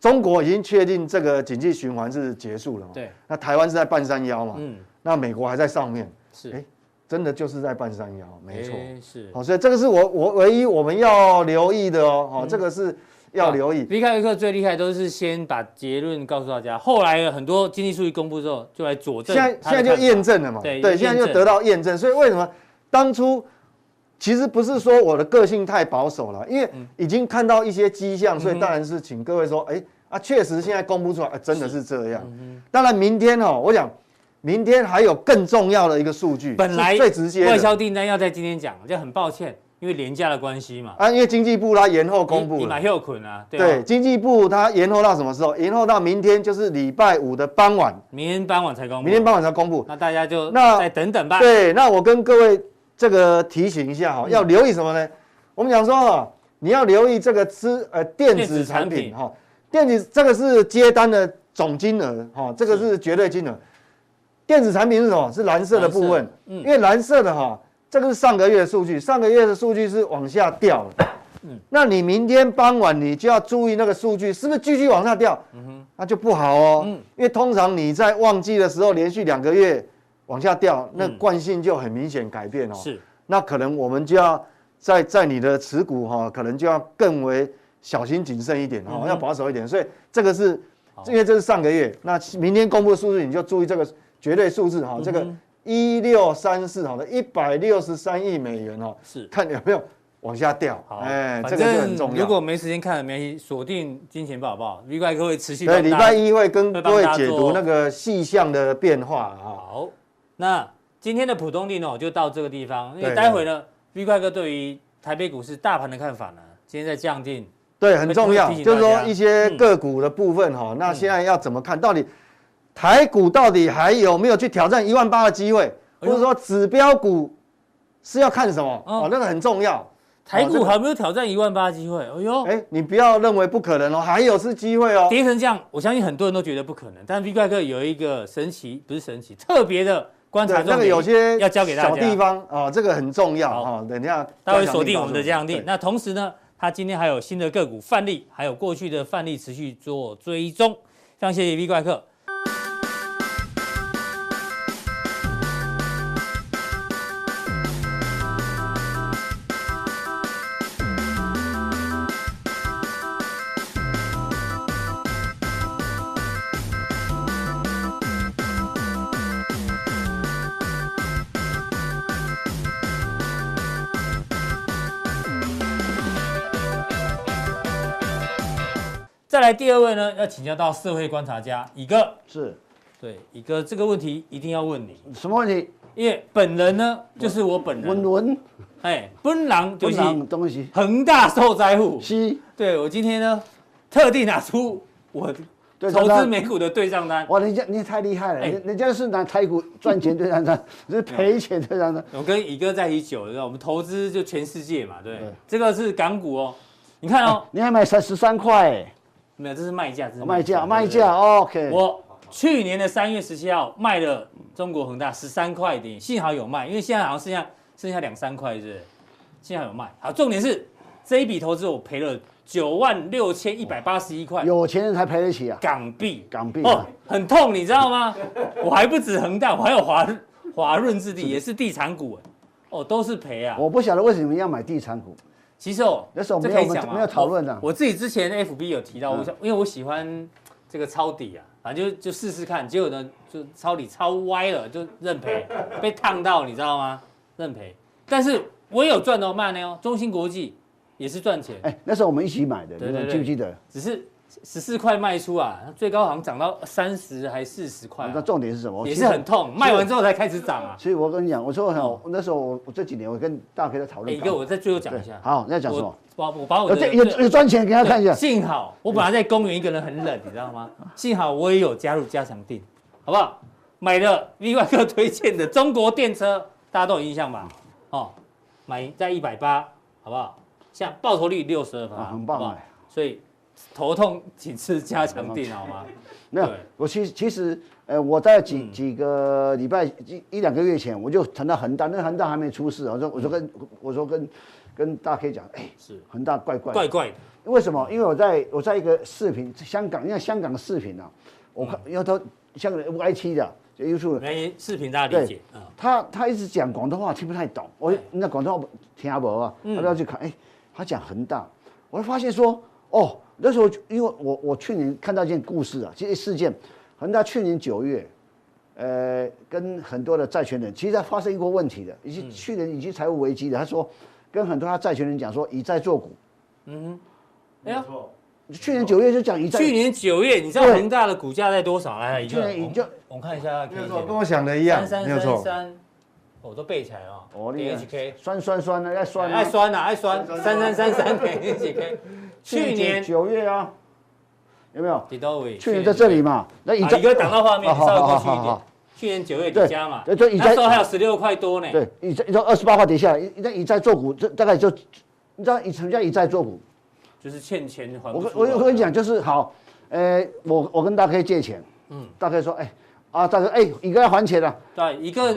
S4: 中国已经确定这个经济循环是结束了嘛？
S1: 对。
S4: 那台湾是在半山腰嘛？
S1: 嗯，
S4: 那美国还在上面，
S1: 是，
S4: 哦哎真的就是在半山腰，没错。哦
S1: 哎是。
S4: 好，所以这个是我我唯一我们要留意的哦。好，这个是要留意。
S1: 离开一刻最厉害都是先把结论告诉大家，后来很多经济数据公布之后，就来佐证
S4: 现
S1: 他的
S4: 在
S1: 看法。
S4: 现在就验证了嘛，
S1: 对有
S4: 现在
S1: 验
S4: 就
S1: 证
S4: 得到验证。所以为什么当初其实不是说我的个性太保守了，因为
S1: 嗯
S4: 已经看到一些迹象，所以当然是请各位说，哎、啊，确实现在公布出来、啊真的是这样。
S1: 嗯
S4: 当然明天哦，我想明天还有更重要的一个数据，
S1: 本来
S4: 是最直接
S1: 外
S4: 的
S1: 销订单要在今天讲，就很抱歉，因为廉价的关系嘛，
S4: 啊，因为经济部它延后公
S1: 你
S4: 布了
S1: 买。又捆啊，对
S4: 对，
S1: 吧？
S4: 经济部它延后到什么时候？延后到明天，就是礼拜五的傍晚，
S1: 明天傍晚才公布，
S4: 明天傍晚才公布。
S1: 那大家就
S4: 那
S1: 再等等吧。
S4: 对，那我跟各位这个提醒一下
S1: 嗯
S4: 哈，要留意什么呢？我们讲说哈，你要留意这个资呃电
S1: 电子
S4: 子
S1: 产
S4: 产
S1: 品
S4: 品哈，电子这个是接单的总金额哈，这个是绝对金额。电子产品是什么？是蓝色的部
S1: 蓝
S4: 分
S1: 色，嗯
S4: 因为蓝色的哈，这个是上个月的数据，上个月的数据是往下掉了。
S1: 嗯
S4: 那你明天傍晚你就要注意那个数据是不是继续往下掉，
S1: 嗯
S4: 那就不好哦。因为通常你在旺季的时候连续两个月往下掉，那
S1: 嗯
S4: 惯性就很明显改变哦。
S1: 是，
S4: 那可能我们就要在在你的持股哈、可能就要更为小心谨慎一点哈、
S1: 嗯哼
S4: 要保守一点。所以这个是，因为这是上个月，那明天公布的数字你就注意这个绝对数
S1: 嗯
S4: 字哈、这个一六三四好的一百六十三亿美元哦，
S1: 是。
S4: 看有没有往下掉。
S1: 好，
S4: 哎，
S1: 反
S4: 这个就很
S1: 正
S4: 重要。
S1: 如果没时间看了，没关系，锁定金钱豹好不好？礼拜一会持续
S4: 对，
S1: 帮
S4: 礼
S1: 大
S4: 拜
S1: 家
S4: 一会跟
S1: 会帮
S4: 各位
S1: 大家
S4: 解
S1: 做
S4: 读那个细项的变化哈。
S1: 好，那今天的浦东地呢，我就到这个地方，因为
S4: 对
S1: 待会呢，V 怪哥对于台北股市大盘的看法呢，今天在降定，
S4: 对，很重要
S1: 会，提醒
S4: 就是
S1: 大
S4: 说
S1: 家嗯
S4: 一些个股的部分哈、那现在要怎么看？到底台股到底还有没有去挑战一万八的机会？
S1: 哎
S4: 或
S1: 呦
S4: 者说指标股是要看什么？
S1: 哦
S4: 哦，那个很重要。
S1: 台
S4: 哦这
S1: 股
S4: 个
S1: 还没有挑战一万八机会，哎呦，
S4: 哎、你不要认为不可能哦，还有是机会哦。
S1: 跌成这样，我相信很多人都觉得不可能，但 V 怪哥有一个神奇，不是神奇，特别的观察
S4: 对，
S1: 重点，
S4: 那个有些
S1: 要教给大
S4: 小地
S1: 家，
S4: 方啊、哦，这个很重要
S1: 好
S4: 哈、等一下
S1: 待会锁定我们的
S4: 样
S1: 降定。那同时呢，他今天还有新的个股范例，还有过去的范例持续做追踪，非常谢谢 V 怪客。再来第二位呢，要请教到社会观察家乙哥。
S2: 是
S1: 对，乙哥这个问题一定要问你，
S2: 什么问题？
S1: 因为本人呢就是我本
S2: 文
S1: 人，
S2: 文
S1: 哎，本人就
S2: 文
S1: 是
S2: 朗东西
S1: 恒大受灾户。
S2: 西，
S1: 对我今天呢特地拿出我
S2: 对
S1: 投
S2: 大
S1: 资
S2: 家
S1: 美股的对账单，
S2: 哇，人家你太厉害了，
S1: 哎嗯
S2: 人人家是拿台股赚钱对账单，是赔钱对账单。
S1: 我跟乙哥在一起久了，我们投资就全世界嘛，对
S2: 对，啊
S1: 这个是港股哦，你看哦，
S2: 你还买三十三块哎，
S1: 没有，这是卖价，这是
S2: 哦卖价卖。
S1: 嗯对不对
S2: 价，OK。哦
S1: 我去年的三月十七号卖了中国恒大十三块点，幸好有卖，因为现在好像剩下剩下两三块，是不是？幸好有卖。好，重点是这一笔投资我赔了九万六千一百八十一块
S2: 有钱人才赔得起啊，
S1: 港币，
S2: 港币啊
S1: 哦，很痛，你知道吗？我还不止恒大，我还有华华润置地，也是地产股，哎哦，都是赔啊。
S2: 我不晓得为什么要买地产股，
S1: 其实哦，
S2: 那时候
S1: 这
S2: 没
S1: 可
S2: 有
S1: 以讲吗
S2: 没有讨论啊嗯
S1: 我。我自己之前 FB 有提到，我想因为我喜欢这个抄底啊，反正就就试试看，结果呢就抄底抄歪了，就认赔，被烫到，你知道吗？认赔，但是我也有赚到卖呢哦，中芯国际也是赚钱，
S2: 哎，那时候我们一起买的，
S1: 对
S2: 你
S1: 对对
S2: 记不记得？
S1: 只是十四块卖出啊，最高好像涨到三十还四十块啊、
S2: 哦那重点是什么？
S1: 也
S2: 其
S1: 是
S2: 实
S1: 很痛，卖完之后才开始涨啊。
S2: 所以我跟你讲，我说哈，那时候我我这几年我跟大哥在讨
S1: 哎，
S2: 论
S1: 一
S2: 港股。
S1: 个我再最后讲一下
S2: 对，好，你要讲什么
S1: 我？把我把我
S2: 有
S1: 的
S2: 这有有赚钱给他看一下。
S1: 幸好我本来在公园一个人很冷，你知道吗？幸好我也有加入加强定，好不好？买了 V 外哥推荐的中国电车，大家都有印象吧？哦，买在一百八，好不好？像报酬率六十二趴，
S2: 啊很棒
S1: 好不好
S2: 哎
S1: 所以头痛请吃加强
S2: <laughs>
S1: 定好吗？
S2: 没有
S1: 对，嗯
S2: 我其其实，呃，我在几几个礼拜一一两个月前，我就谈到恒大，那恒大还没出事啊，我说我
S1: 嗯
S2: 说跟我说跟跟大 K 讲，哎，
S1: 是
S2: 恒大怪怪的
S1: 怪怪的，
S2: 为什么？因为我在我在一个视频，香港，因为香港的视频啊，我看
S1: 嗯
S2: 因为他香港的 YT 的就 YouTube，的
S1: 没视频大家理解啊。
S2: 他他一直讲广东话，听不太懂。我
S1: 对嗯
S2: 那广东话听不懂啊，他要去看，哎，他讲恒大，我就发现说，哦，那时候就因为我我去年看到一件故事啊，其实事件，恒大去年九月。呃，跟很多的债权人，其实他发生过问题的，以
S1: 嗯
S2: 及去年以及财务危机的，他说跟很多他债权人讲说以债作股，
S1: 哎呀，
S5: 错，
S2: 去年九月就讲以债
S1: 去年九月，你知道
S2: 对
S1: 恒大的股价在多少？来，一
S2: 去
S1: 个，
S2: 年
S1: 我
S2: 你就
S1: 们我们看一下
S4: 没有
S1: K
S4: 错，跟
S1: 线，
S4: 我想的一样，
S1: 三
S4: 没有
S1: 三三
S4: 错。
S1: 三，我都背起来了。
S2: 哦厉害
S1: HK，
S2: 酸酸酸的，要酸
S1: 爱
S2: 啊！
S1: 哎酸呐，爱酸，三三三三给
S2: <laughs>
S1: HK。去年
S2: 九九月啊，有没有？
S1: 几多位？
S2: 去年在这里嘛，那以
S1: 啊，李哥挡到画面，
S2: 哦
S1: 你稍微过去
S2: 好
S1: 一
S2: 好好
S1: 点
S2: 好。
S1: 去年九月
S2: 对
S1: 底加嘛，
S2: 对对以
S1: 那时候
S2: 前
S1: 还有十六块多呢。
S2: 对，以在你说二十八块底下，以那以在做股，这大概就你知道以什么叫以在做股？
S1: 就是欠钱还
S2: 我
S1: 不
S2: 跟
S1: 出啊
S2: 我
S1: 来
S2: 我跟你讲，就是好，呃，我我跟大 K 借钱，嗯，大 K 说，哎，啊，大哥，哎，你哥要还钱了，
S1: 对一个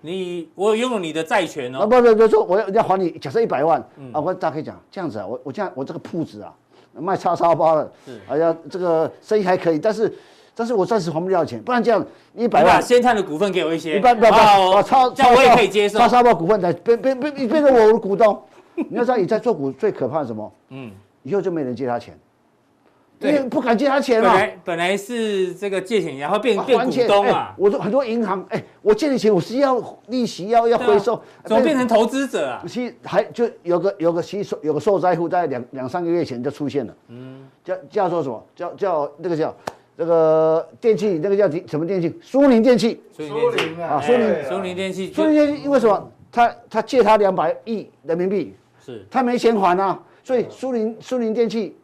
S1: 你我拥有你的债权
S2: 啊，
S1: 哦，
S2: 不不不，说我要要还你，假设一百万，
S1: 嗯
S2: 啊，我大 K 讲这样子啊，我我这样我这个铺子啊，卖叉烧包的
S1: 是，
S2: 哎呀，这个生意还可以，但是但是我暂时还不了钱，不然这样一
S1: 你
S2: 百
S1: 把
S2: 万。
S1: 先探的股份给我一些，
S2: 你把把
S1: 好
S2: 把把超
S1: 这样
S2: 超
S1: 我也可以接受
S2: 超。超爆股份的变变变变成我的股东。你要知道，你在做股最可怕的是什么？
S1: 嗯，
S2: 以后就没人借他钱，因
S1: 对
S2: 为不敢借他钱
S1: 本
S2: 嘛，
S1: 来本来是这个借钱，然后变
S2: 还
S1: 变股
S2: 钱。
S1: 东
S2: 哎
S1: 啊，，
S2: 我说很多银行，哎，我借你钱，我是要利息，要要
S1: 对啊
S2: 回收，哎
S1: 怎么变成？投资者啊？
S2: 其实还就有个有个其实有个受灾户，大概两两三个月前就出现了，嗯，叫叫做什么？叫叫那个叫那个电器，那个叫什么电器？苏宁电器。
S1: 苏
S5: 苏宁啊
S2: 啊苏宁
S1: 哎苏宁电器就，
S2: 苏宁电器为什么？他他借他两百亿人民币，
S1: 是
S2: 他没钱还啊，所以苏宁苏宁电器，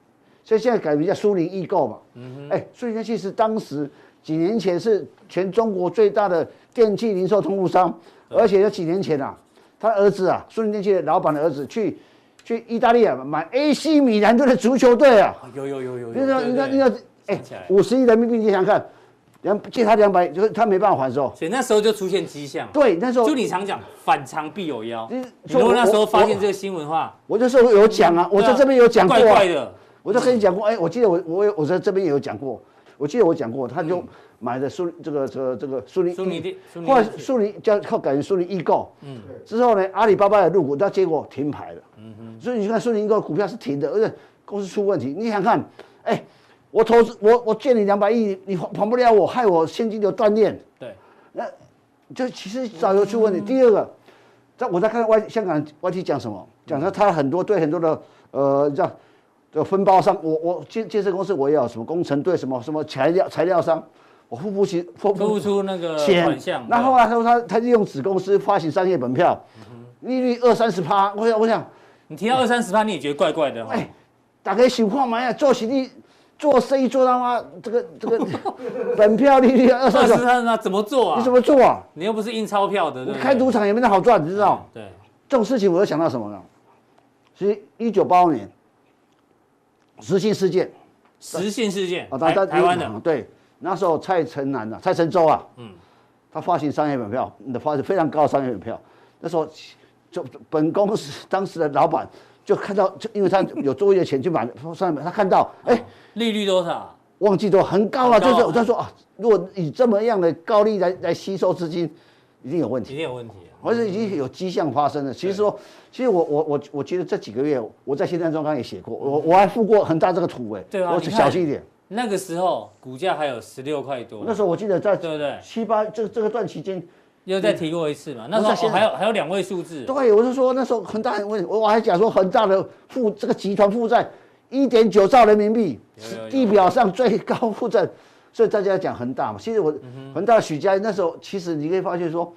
S2: 所以现在改名叫苏宁易购嘛。
S1: 嗯
S2: 哎，苏宁电器是当时几年前是全中国最大的电器零售通路商，而且在几年前啊，他儿子啊，苏宁电器的老板的儿子去去意大利啊买 AC 米兰队的足球队啊，
S1: 啊有有有有有，
S2: 你知道
S1: 对
S2: 你知道
S1: 对
S2: 你知道哎
S1: 想起来，
S2: 五十亿人民币，你想想看，两借他两百，就是他没办法还的时候，
S1: 所以那时候就出现迹象，
S2: 对，那时候
S1: 就你常讲反常必有妖，
S2: 嗯
S1: 你如果那时候发现
S2: 我
S1: 这个新闻的话，
S2: 我就说有讲啊，我在这边有讲过、啊，
S1: 怪怪的，
S2: 我就跟你讲过，哎、我记得我我有我在这边也有讲过，我记得我讲过，他就买的苏这个这个这个苏宁
S1: 苏宁电苏宁
S2: 后来
S1: 电器
S2: 苏宁叫靠改成苏宁易购，嗯，之后呢，阿里巴巴也入股，但结果停牌了，嗯哼，所以你看苏宁易购的股票是停的，而且公司出问题，你想看，哎、我投资我我借你两百亿，你还还不了我，害我现金流断裂，
S1: 对，
S2: 就其实早就出问题。第二个，在我在看 Y 香港 YT 讲什么，讲说他很多对很多的呃这样的分包商，我我建建设公司我也有什么工程队什么什么材料材料商，我付不起
S1: 付
S2: 付不
S1: 不
S2: 起
S1: 出那个款
S2: 钱
S1: 项，。
S2: 那
S1: 对
S2: 后来啊他说他他利用子公司发行商业本票，利率二三十趴，我想我想，
S1: 你提到二三十趴，你也觉得怪怪的哈。哦
S2: 哎，大家想看嘛呀，做生意做生意做到妈这个
S1: <laughs>
S2: 这个本票利率二
S1: 二
S2: 三
S1: 十
S2: 十，
S1: 三呢，怎么做啊？
S2: 你怎么做啊？
S1: 你又不是印钞票的，对不对
S2: 开赌场也没那好赚，你知道？
S1: 对，
S2: 这种事情我又想到什么呢？是一九八五年，石信事件
S1: 实信事件，
S2: 大
S1: 台
S2: 家
S1: 台湾
S2: 啊
S1: 的，
S2: 对，那时候蔡成南啊，蔡成洲啊，嗯，他发行商业本票，嗯发行非常高的商业本票，那时候就就本公司当时的老板就看到，就因为他有多余的钱去买商业本，他看到，哎、
S1: 利率多少？
S2: 忘记都很高
S1: 很
S2: 啊，
S1: 高啊
S2: 就是我在说啊，如果以这么样的高利来来吸收资金，一定有问题
S1: 一。定有问题啊。
S2: 而是已经有迹象发生了。其实说，其实我我我我觉得这几个月我在《新站中刚也写过，我我还附过恒大这个图哎、
S1: 对啊
S2: 我
S1: 你看
S2: 小心一点。
S1: 那个时候股价还有十六块多，
S2: 那时候我记得在
S1: 对不对
S2: 七八这这个段期间，
S1: 又再提过一次嘛。那
S2: 不是
S1: 时候
S2: 嗯现
S1: 哦
S2: 在
S1: 还有还有两位数字，
S2: 对，我就说那时候恒大很问，我我还讲说恒大的负这个集团负债一点九兆人民币，
S1: 有
S2: 是
S1: 有有
S2: 地表上最高负债，所以大家讲恒大嘛。其实
S1: 嗯
S2: 我恒大许家印那时候，其实你可以发现说，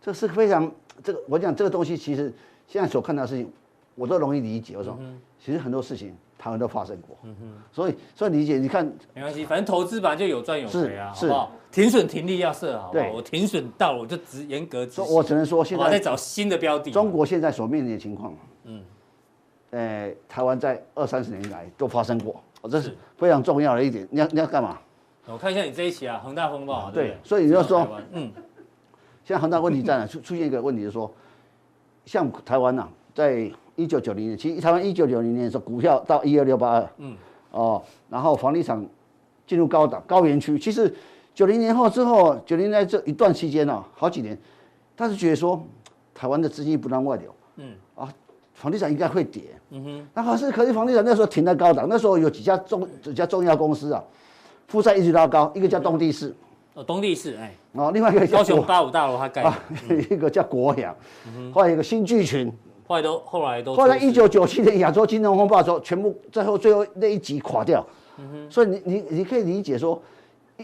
S2: 这是非常这个我讲这个东西，其实现在所看到的事情，我都容易理解。我
S1: 嗯
S2: 说，其实很多事情台湾都发生过，所以所以理解你看
S1: 没关系，反正投资本来就有赚有赔啊，好
S2: 是
S1: 不好？停损停利要设好，不好？
S2: 对
S1: 我停损到了我就执严格执
S2: 所
S1: 行，
S2: 以我只能说现
S1: 我在
S2: 在
S1: 找新的标的。
S2: 中国现在所面临的情况，嗯，呃，台湾在二三十年来都发生过。哦，这是
S1: 是
S2: 非常重要的一点。你要你要干嘛？
S1: 我看一下你这一期啊，恒大风暴啊，对不
S2: 对
S1: 对，？
S2: 所以你要
S1: 知道
S2: 说
S1: 台，湾，嗯，
S2: 现在恒大问题在哪？出出现一个问题，就是说，像台湾呐、在一九九零年，其实台湾一九九零年的时候，股票到一二六八二，嗯，哦，然后房地产进入高档高原区。其实九零年后之后，九零年这一段期间啊，好几年，他是觉得说，台湾的资金不让外流，嗯，啊，房地产应该会跌，嗯哼，那可是可是房地产那时候停在高档，那时候有几家重几家重要公司啊，负债一直拉高，一个叫东地市，
S1: 哦，东地市，哎，
S2: 哦，另外一个叫
S1: 高雄
S2: 国
S1: 八五大楼它盖的，
S2: 啊， <laughs> 一个叫国阳，
S1: 嗯
S2: 后来有个新巨群，
S1: 后来都后来都
S2: 后来
S1: 出事
S2: 一九九七年亚洲金融风暴的时候，全部最后最后那一集垮掉。
S1: 嗯
S2: 所以你你你可以理解说，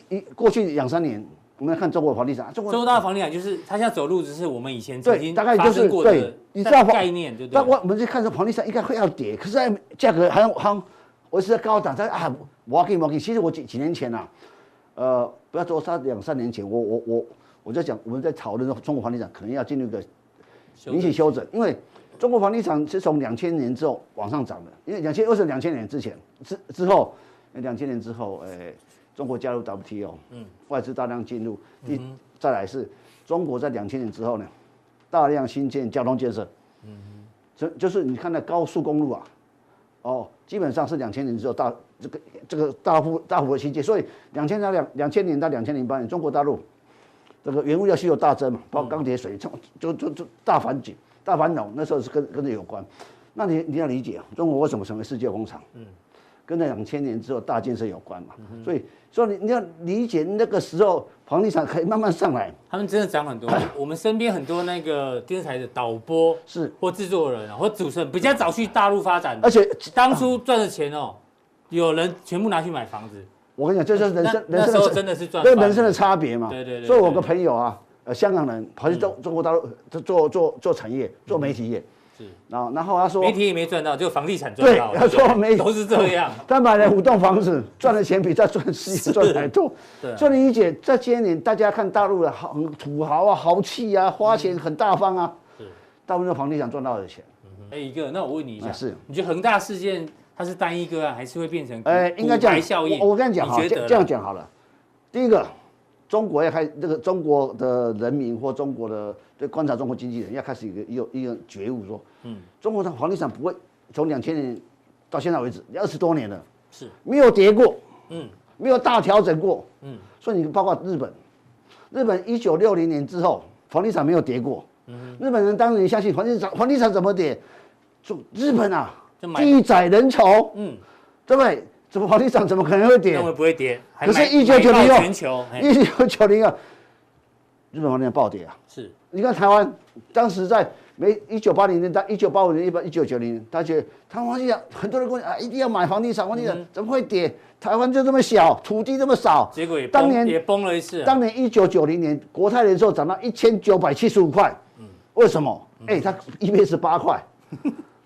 S2: 一一过去两三年，我们看中国房地产，中国
S1: 中国大陆房地产就是它现在走路，只是我们以前曾
S2: 对，
S1: 经
S2: 大概
S1: 发
S2: 就
S1: 生
S2: 是
S1: 过的
S2: 对，你知道房
S1: 概念，对不
S2: 但
S1: 对？
S2: 我我们就看着房地产应该会要跌，可是哎价格好像好像我是在高档，但啊，我要给我给，其实我几几年前啊，呃，不要说三两三年前，我我我我在讲，我们在讨论中国房地产可能要进入一个
S1: 修正
S2: 引起修整，因为中国房地产是从两千年之后往上涨的，因为两千又是两千年之前之之后，两千年之后，诶、中国加入 WTO，嗯，外资大量进入，第、
S1: 嗯
S2: 再来是中国在两千年之后呢，大量新建交通建设，嗯，就就是你看那高速公路啊，哦，基本上是两千年之后大这个这个大幅大幅的新建，所以两千到两两千年到两千零八年，中国大陆这个原物料需求大增嘛，包括钢铁、水就就就就大反景、大反垄，那时候是跟跟这有关。那你你要理解啊，中国为什么成为世界工厂？嗯，跟那两千年之后大建设有关嘛。所以所以你你要理解那个时候房地产可以慢慢上来，
S1: 他们真的涨很
S2: 哎
S1: 多。我们身边很多那个电视台的导播
S2: 是，
S1: 或制作人啊，或主持人，比较早去大陆发展的
S2: 而，且
S1: 当初赚的钱哦，有人全部拿去买房子，
S2: 我跟你讲，这就是人生
S1: 那
S2: 人
S1: 那
S2: 生
S1: 时候
S2: 的
S1: 真的是赚
S2: 这
S1: 翻
S2: 是
S1: 了，
S2: 人生的差别嘛。
S1: 对对对嗯
S2: 所以我有个朋友啊，呃，香港人跑去中中国大陆做做做做产业，做媒体业，
S1: 是
S2: 然后然后他说
S1: 媒体也没赚到，就房地产赚
S2: 对，
S1: 到了。
S2: 他说没
S1: 都是这样，
S2: 他买了五栋房子，赚的钱比他赚事业赚的还多。
S1: 对啊
S2: 所以你理解这些年大家看大陆的豪土豪啊、豪气啊，花钱
S1: 嗯
S2: 很大方啊，大部分房地产赚到的钱，
S1: 哎，一个，那我问你一下，
S2: 嗯啊是
S1: 你觉得恒大事件它是单一个案，还是会变成骨
S2: 哎，应该这
S1: 骨
S2: 样
S1: 牌效应？
S2: 我我跟你讲哈，
S1: 觉得
S2: 这
S1: 啦
S2: 这样讲好了。第一个，中国要开这个中国的人民或中国的对观察中国经济的人要开始一个有一个觉悟说，嗯，中国的房地产不会从两千年到现在为止二十多年了，
S1: 是
S2: 没有跌过，
S1: 嗯
S2: 没有大调整过，
S1: 嗯，
S2: 所以你包括日本，日本一九六零年之后房地产没有跌过，
S1: 嗯
S2: 日本人当年相信房地产房地产怎么跌？就日本啊
S1: 就，买
S2: 地窄人稠，
S1: 嗯，
S2: 对不对？怎么房地产怎么可能会跌
S1: 认？为不会跌，还
S2: 可是
S1: 买
S2: 1996
S1: 买爆全球哎
S2: 一九九零啊，日本房地产暴跌啊！
S1: 是
S2: 你看台湾当时在没一九八零年代、一九八五年、一八一九九零年，他觉得台湾房地产很多人跟我讲啊，一定要买房地产，房地
S1: 嗯
S2: 产怎么会跌？台湾就这么小，土地这么少，
S1: 结果也崩
S2: 当年
S1: 也崩了一次啊，
S2: 当年一九九零年国泰人寿涨到一千九百七十五块，为什么？
S1: 嗯
S2: 哎、它 EPS
S1: <laughs>
S2: 八块，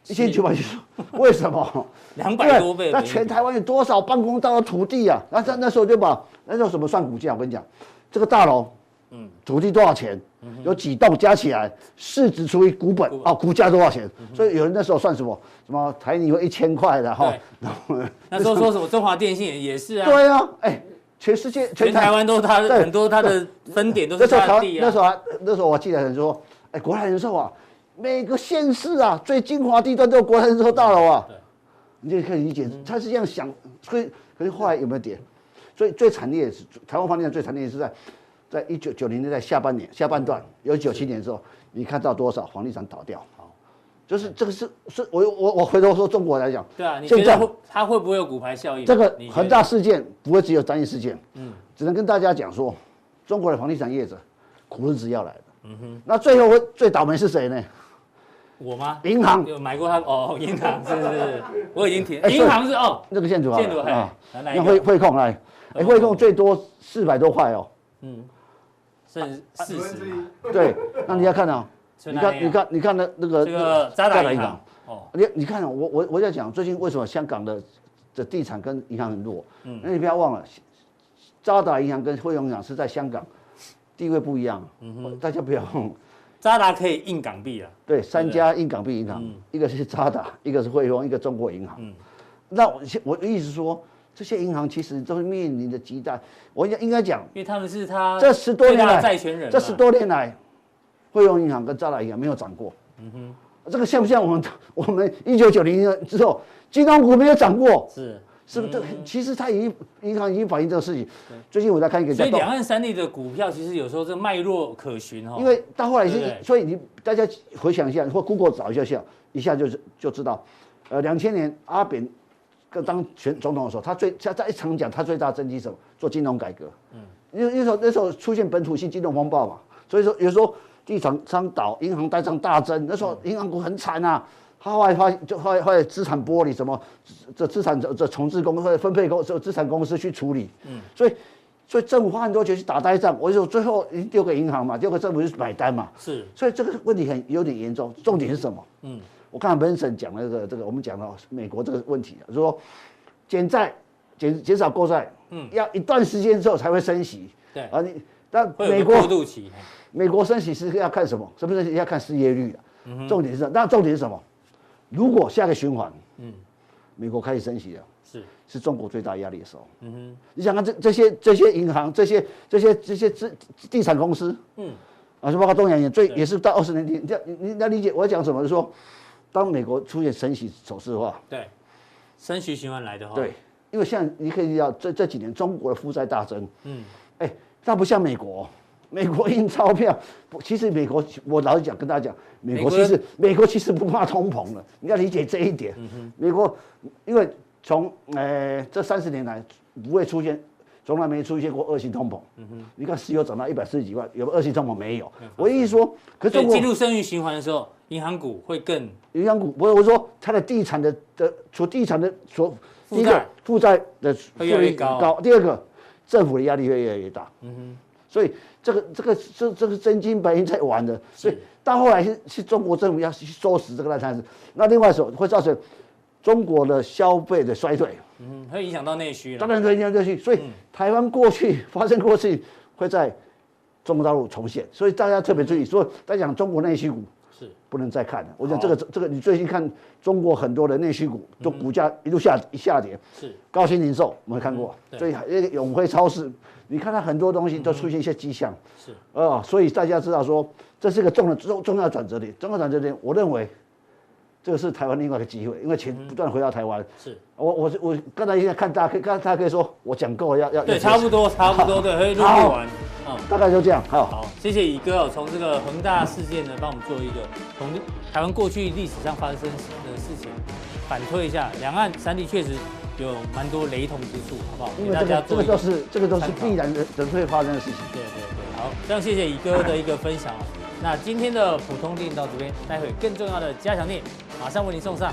S2: 一千九百七十，为什么？
S1: 两百多倍
S2: 对
S1: 的
S2: 那
S1: 盈利，
S2: 全台湾有多少办公大楼土地啊？那那那时候就把那时候怎么算股价？我跟你讲，这个大楼，嗯，土地多少钱？
S1: 嗯
S2: 有几栋加起来，市值除以股本，哦，股价多少钱？
S1: 嗯
S2: 所以有人那时候算什么什么台泥会一千块的哈
S1: 对，
S2: 然后呢
S1: 那时候说什么中华电信也也是啊，
S2: 对啊，哎、全世界
S1: 全台湾都是他的
S2: 对
S1: 很多他的分点都
S2: 那
S1: 是
S2: 时候
S1: 他
S2: 台
S1: 的
S2: 湾
S1: 地
S2: 那
S1: 啊
S2: 时，候还那时候我记得很说，哎、国泰人寿啊，每个县市啊最精华地段都有国泰人寿大楼啊
S1: 对，嗯
S2: 你就可以理解，他是这样想，所以可是后来有没有跌？所以最惨烈是台湾房地产最惨烈是在在一九九零年代下半年下半
S1: 嗯
S2: 段，有九七年的时候，你看到多少房地产倒掉？就是这个是是我我我回头说中国来讲，
S1: 对啊，你觉
S2: 现在
S1: 得会它会不会有骨牌效应？
S2: 这个
S1: 你觉得嗯
S2: 恒大事件不会只有单一事件，只能跟大家讲说，中国的房地产业者苦日子要来了。
S1: 嗯
S2: 那最后会最倒霉是谁呢？
S1: 我吗？
S2: 银行
S1: 有买过他哦，银行是
S2: <laughs>
S1: 是是，我已经停
S2: 哎，所以
S1: 银行是哦，
S2: 那个建筑啊，
S1: 建筑哎
S2: 啊，
S1: 来哪一
S2: 那
S1: 个
S2: 汇汇控来，哎，汇控最多四百多块哦。
S1: 嗯剩四十，
S2: 对，那你要看啊，
S1: 剩
S2: 你
S1: 那
S2: 看你
S1: 样
S2: 看你看那那个
S1: 这个渣
S2: 再
S1: 打
S2: 来一
S1: 银
S2: 个
S1: 行哦，
S2: 你你看啊，我我我在讲最近为什么香港的的地产跟银行很弱？
S1: 嗯
S2: 那你不要忘了，渣打银行跟汇丰银行是在香港地位不一样，
S1: 嗯
S2: 大家不要忘了。
S1: 渣打可以硬港币啊，嗯
S2: 对，三家硬港币银行，一个是渣打，一个是汇丰，一个中国银行。那我我的意思说，这些银行其实都是面临着极大，我应该应该讲，
S1: 因为他们是他
S2: 这十多
S1: 最
S2: 年
S1: 大的
S2: 来
S1: 债权人嘛，
S2: 这十多年来，汇丰银行跟渣打银行没有涨过。嗯哼，这个像不像我们 <laughs> 我们一九九零年之后，金融股没有涨过？
S1: 是，
S2: 是不是？
S1: 嗯
S2: 其实它已经银行已经反映这个事情。最近我在看一个
S1: 所
S2: 叫
S1: 以
S2: 道，
S1: 两岸三地的股票其实有时候这脉络可循哦哈，
S2: 因为到后来
S1: 对不
S2: 是
S1: 对，
S2: 所以你大家回想一下，或 Google 找一下下，一下就是就知道，呃，两千年阿扁刚当选总统的时候，他最他他一常讲他最大的政绩是什么？做金融改革。嗯，因为那时候那时候出现本土性金融风暴嘛，所以说有时候地产商倒，银行呆账大增，那时
S1: 嗯
S2: 候银行股很惨啊。他后来发现，就后来后来资产剥离什么，这资产这这重置公司或者分配公这资产公司去处理，嗯，所以所以政府花很多钱去打呆账，我就说最后丢给银行嘛，丢给政府去买单嘛，
S1: 是
S2: 所以这个问题很有点严重。重点是什么？嗯，我看 Vincent 讲那个这个，我们讲到美国这个问题啊，就是说减债、减减少购债，嗯，要一段时间之后才会升息。
S1: 对
S2: 啊，你但
S1: 会
S2: 美
S1: 有个过
S2: 国
S1: 渡期，
S2: 美国升息是要看什么？是不是要看失业率啊？重点是那重点是什么？如果下个循环，嗯，美国开始升息了，
S1: 是
S2: 是中国最大压力的时候。嗯哼，你想看这这些这些银行、这些这些这些资地产公司，嗯，啊，是包括东洋也最也是到二十年底，你这样你你要理解我要讲什么？就是说，当美国出现升息走势的话，
S1: 对，升息循环来的话，
S2: 对，，因为像你可以要这这几年中国的负债大增，
S1: 嗯，
S2: 哎，它不像美国。美国印钞票，不其实美国，我老实讲，跟大家讲，美国
S1: 美国嗯
S2: 其实美国其实不怕通膨了，你要理解这一点。美国因为从呃这三十年来不会出现，从来没出现过恶性通膨。
S1: 嗯
S2: 你看石油涨到一百四十几万，有没有恶性通膨？没有。我意思说，可是
S1: 所以
S2: 中国
S1: 进入生育循环的时候，银行股会更
S2: 银行股，不是我说它的地产的的所地产的所
S1: 负
S2: 第一个
S1: 债
S2: 负债的
S1: 会越来越
S2: 率
S1: 高
S2: 第二个政府的压力会越来越大。嗯所以这个这个这这个真金白银在玩的，所以到后来是是中国政府要去收拾这个烂摊子，那另外一手会造成中国的消费的衰退，
S1: 嗯会影响到内需
S2: 当
S1: 了，
S2: 然会影响这去，
S1: 嗯
S2: 所以台湾过去发生过的事情会在中国大陆重现，所以大家特别注
S1: 嗯
S2: 意，所以在讲中国内需股。
S1: 是
S2: 不能再看了。我讲这个这个，你最近看中国很多的内需股，都
S1: 嗯
S2: 股价一路下一下跌，
S1: 是
S2: 高鑫零售我们看过
S1: 嗯，对嗯
S2: 所以那个永辉超市，你看它很多东西都出现一些迹象，
S1: 是
S2: 啊，所以大家知道说这是一个重的重重要的转折点，重要转折点，我认为这个是台湾另外一个机会，因为钱
S1: 嗯
S2: 不断回到台湾。
S1: 是，
S2: 我我我刚才现在看大家，刚才大家可以说我讲够了，要要
S1: 对，
S2: 要
S1: 差不多差不多，对，会陆续
S2: 啊好
S1: 完，嗯。
S2: 大概就这样，好。
S1: 好，谢谢乙哥哦，从这个恒大事件呢，帮我们做一个从台湾过去历史上发生的事情反推一下，两岸三地确实有蛮多雷同之处，好不好？
S2: 因
S1: 给
S2: 为
S1: 大
S2: 这
S1: 家
S2: 个这
S1: 做
S2: 个
S1: 一个
S2: 都是这个都是
S1: 参考
S2: 必然的人会发生的事情。
S1: 对对对，好，非常谢谢乙哥的一个分享哦。那今天的普通店到这边，待会更重要的加强店马上为您送上，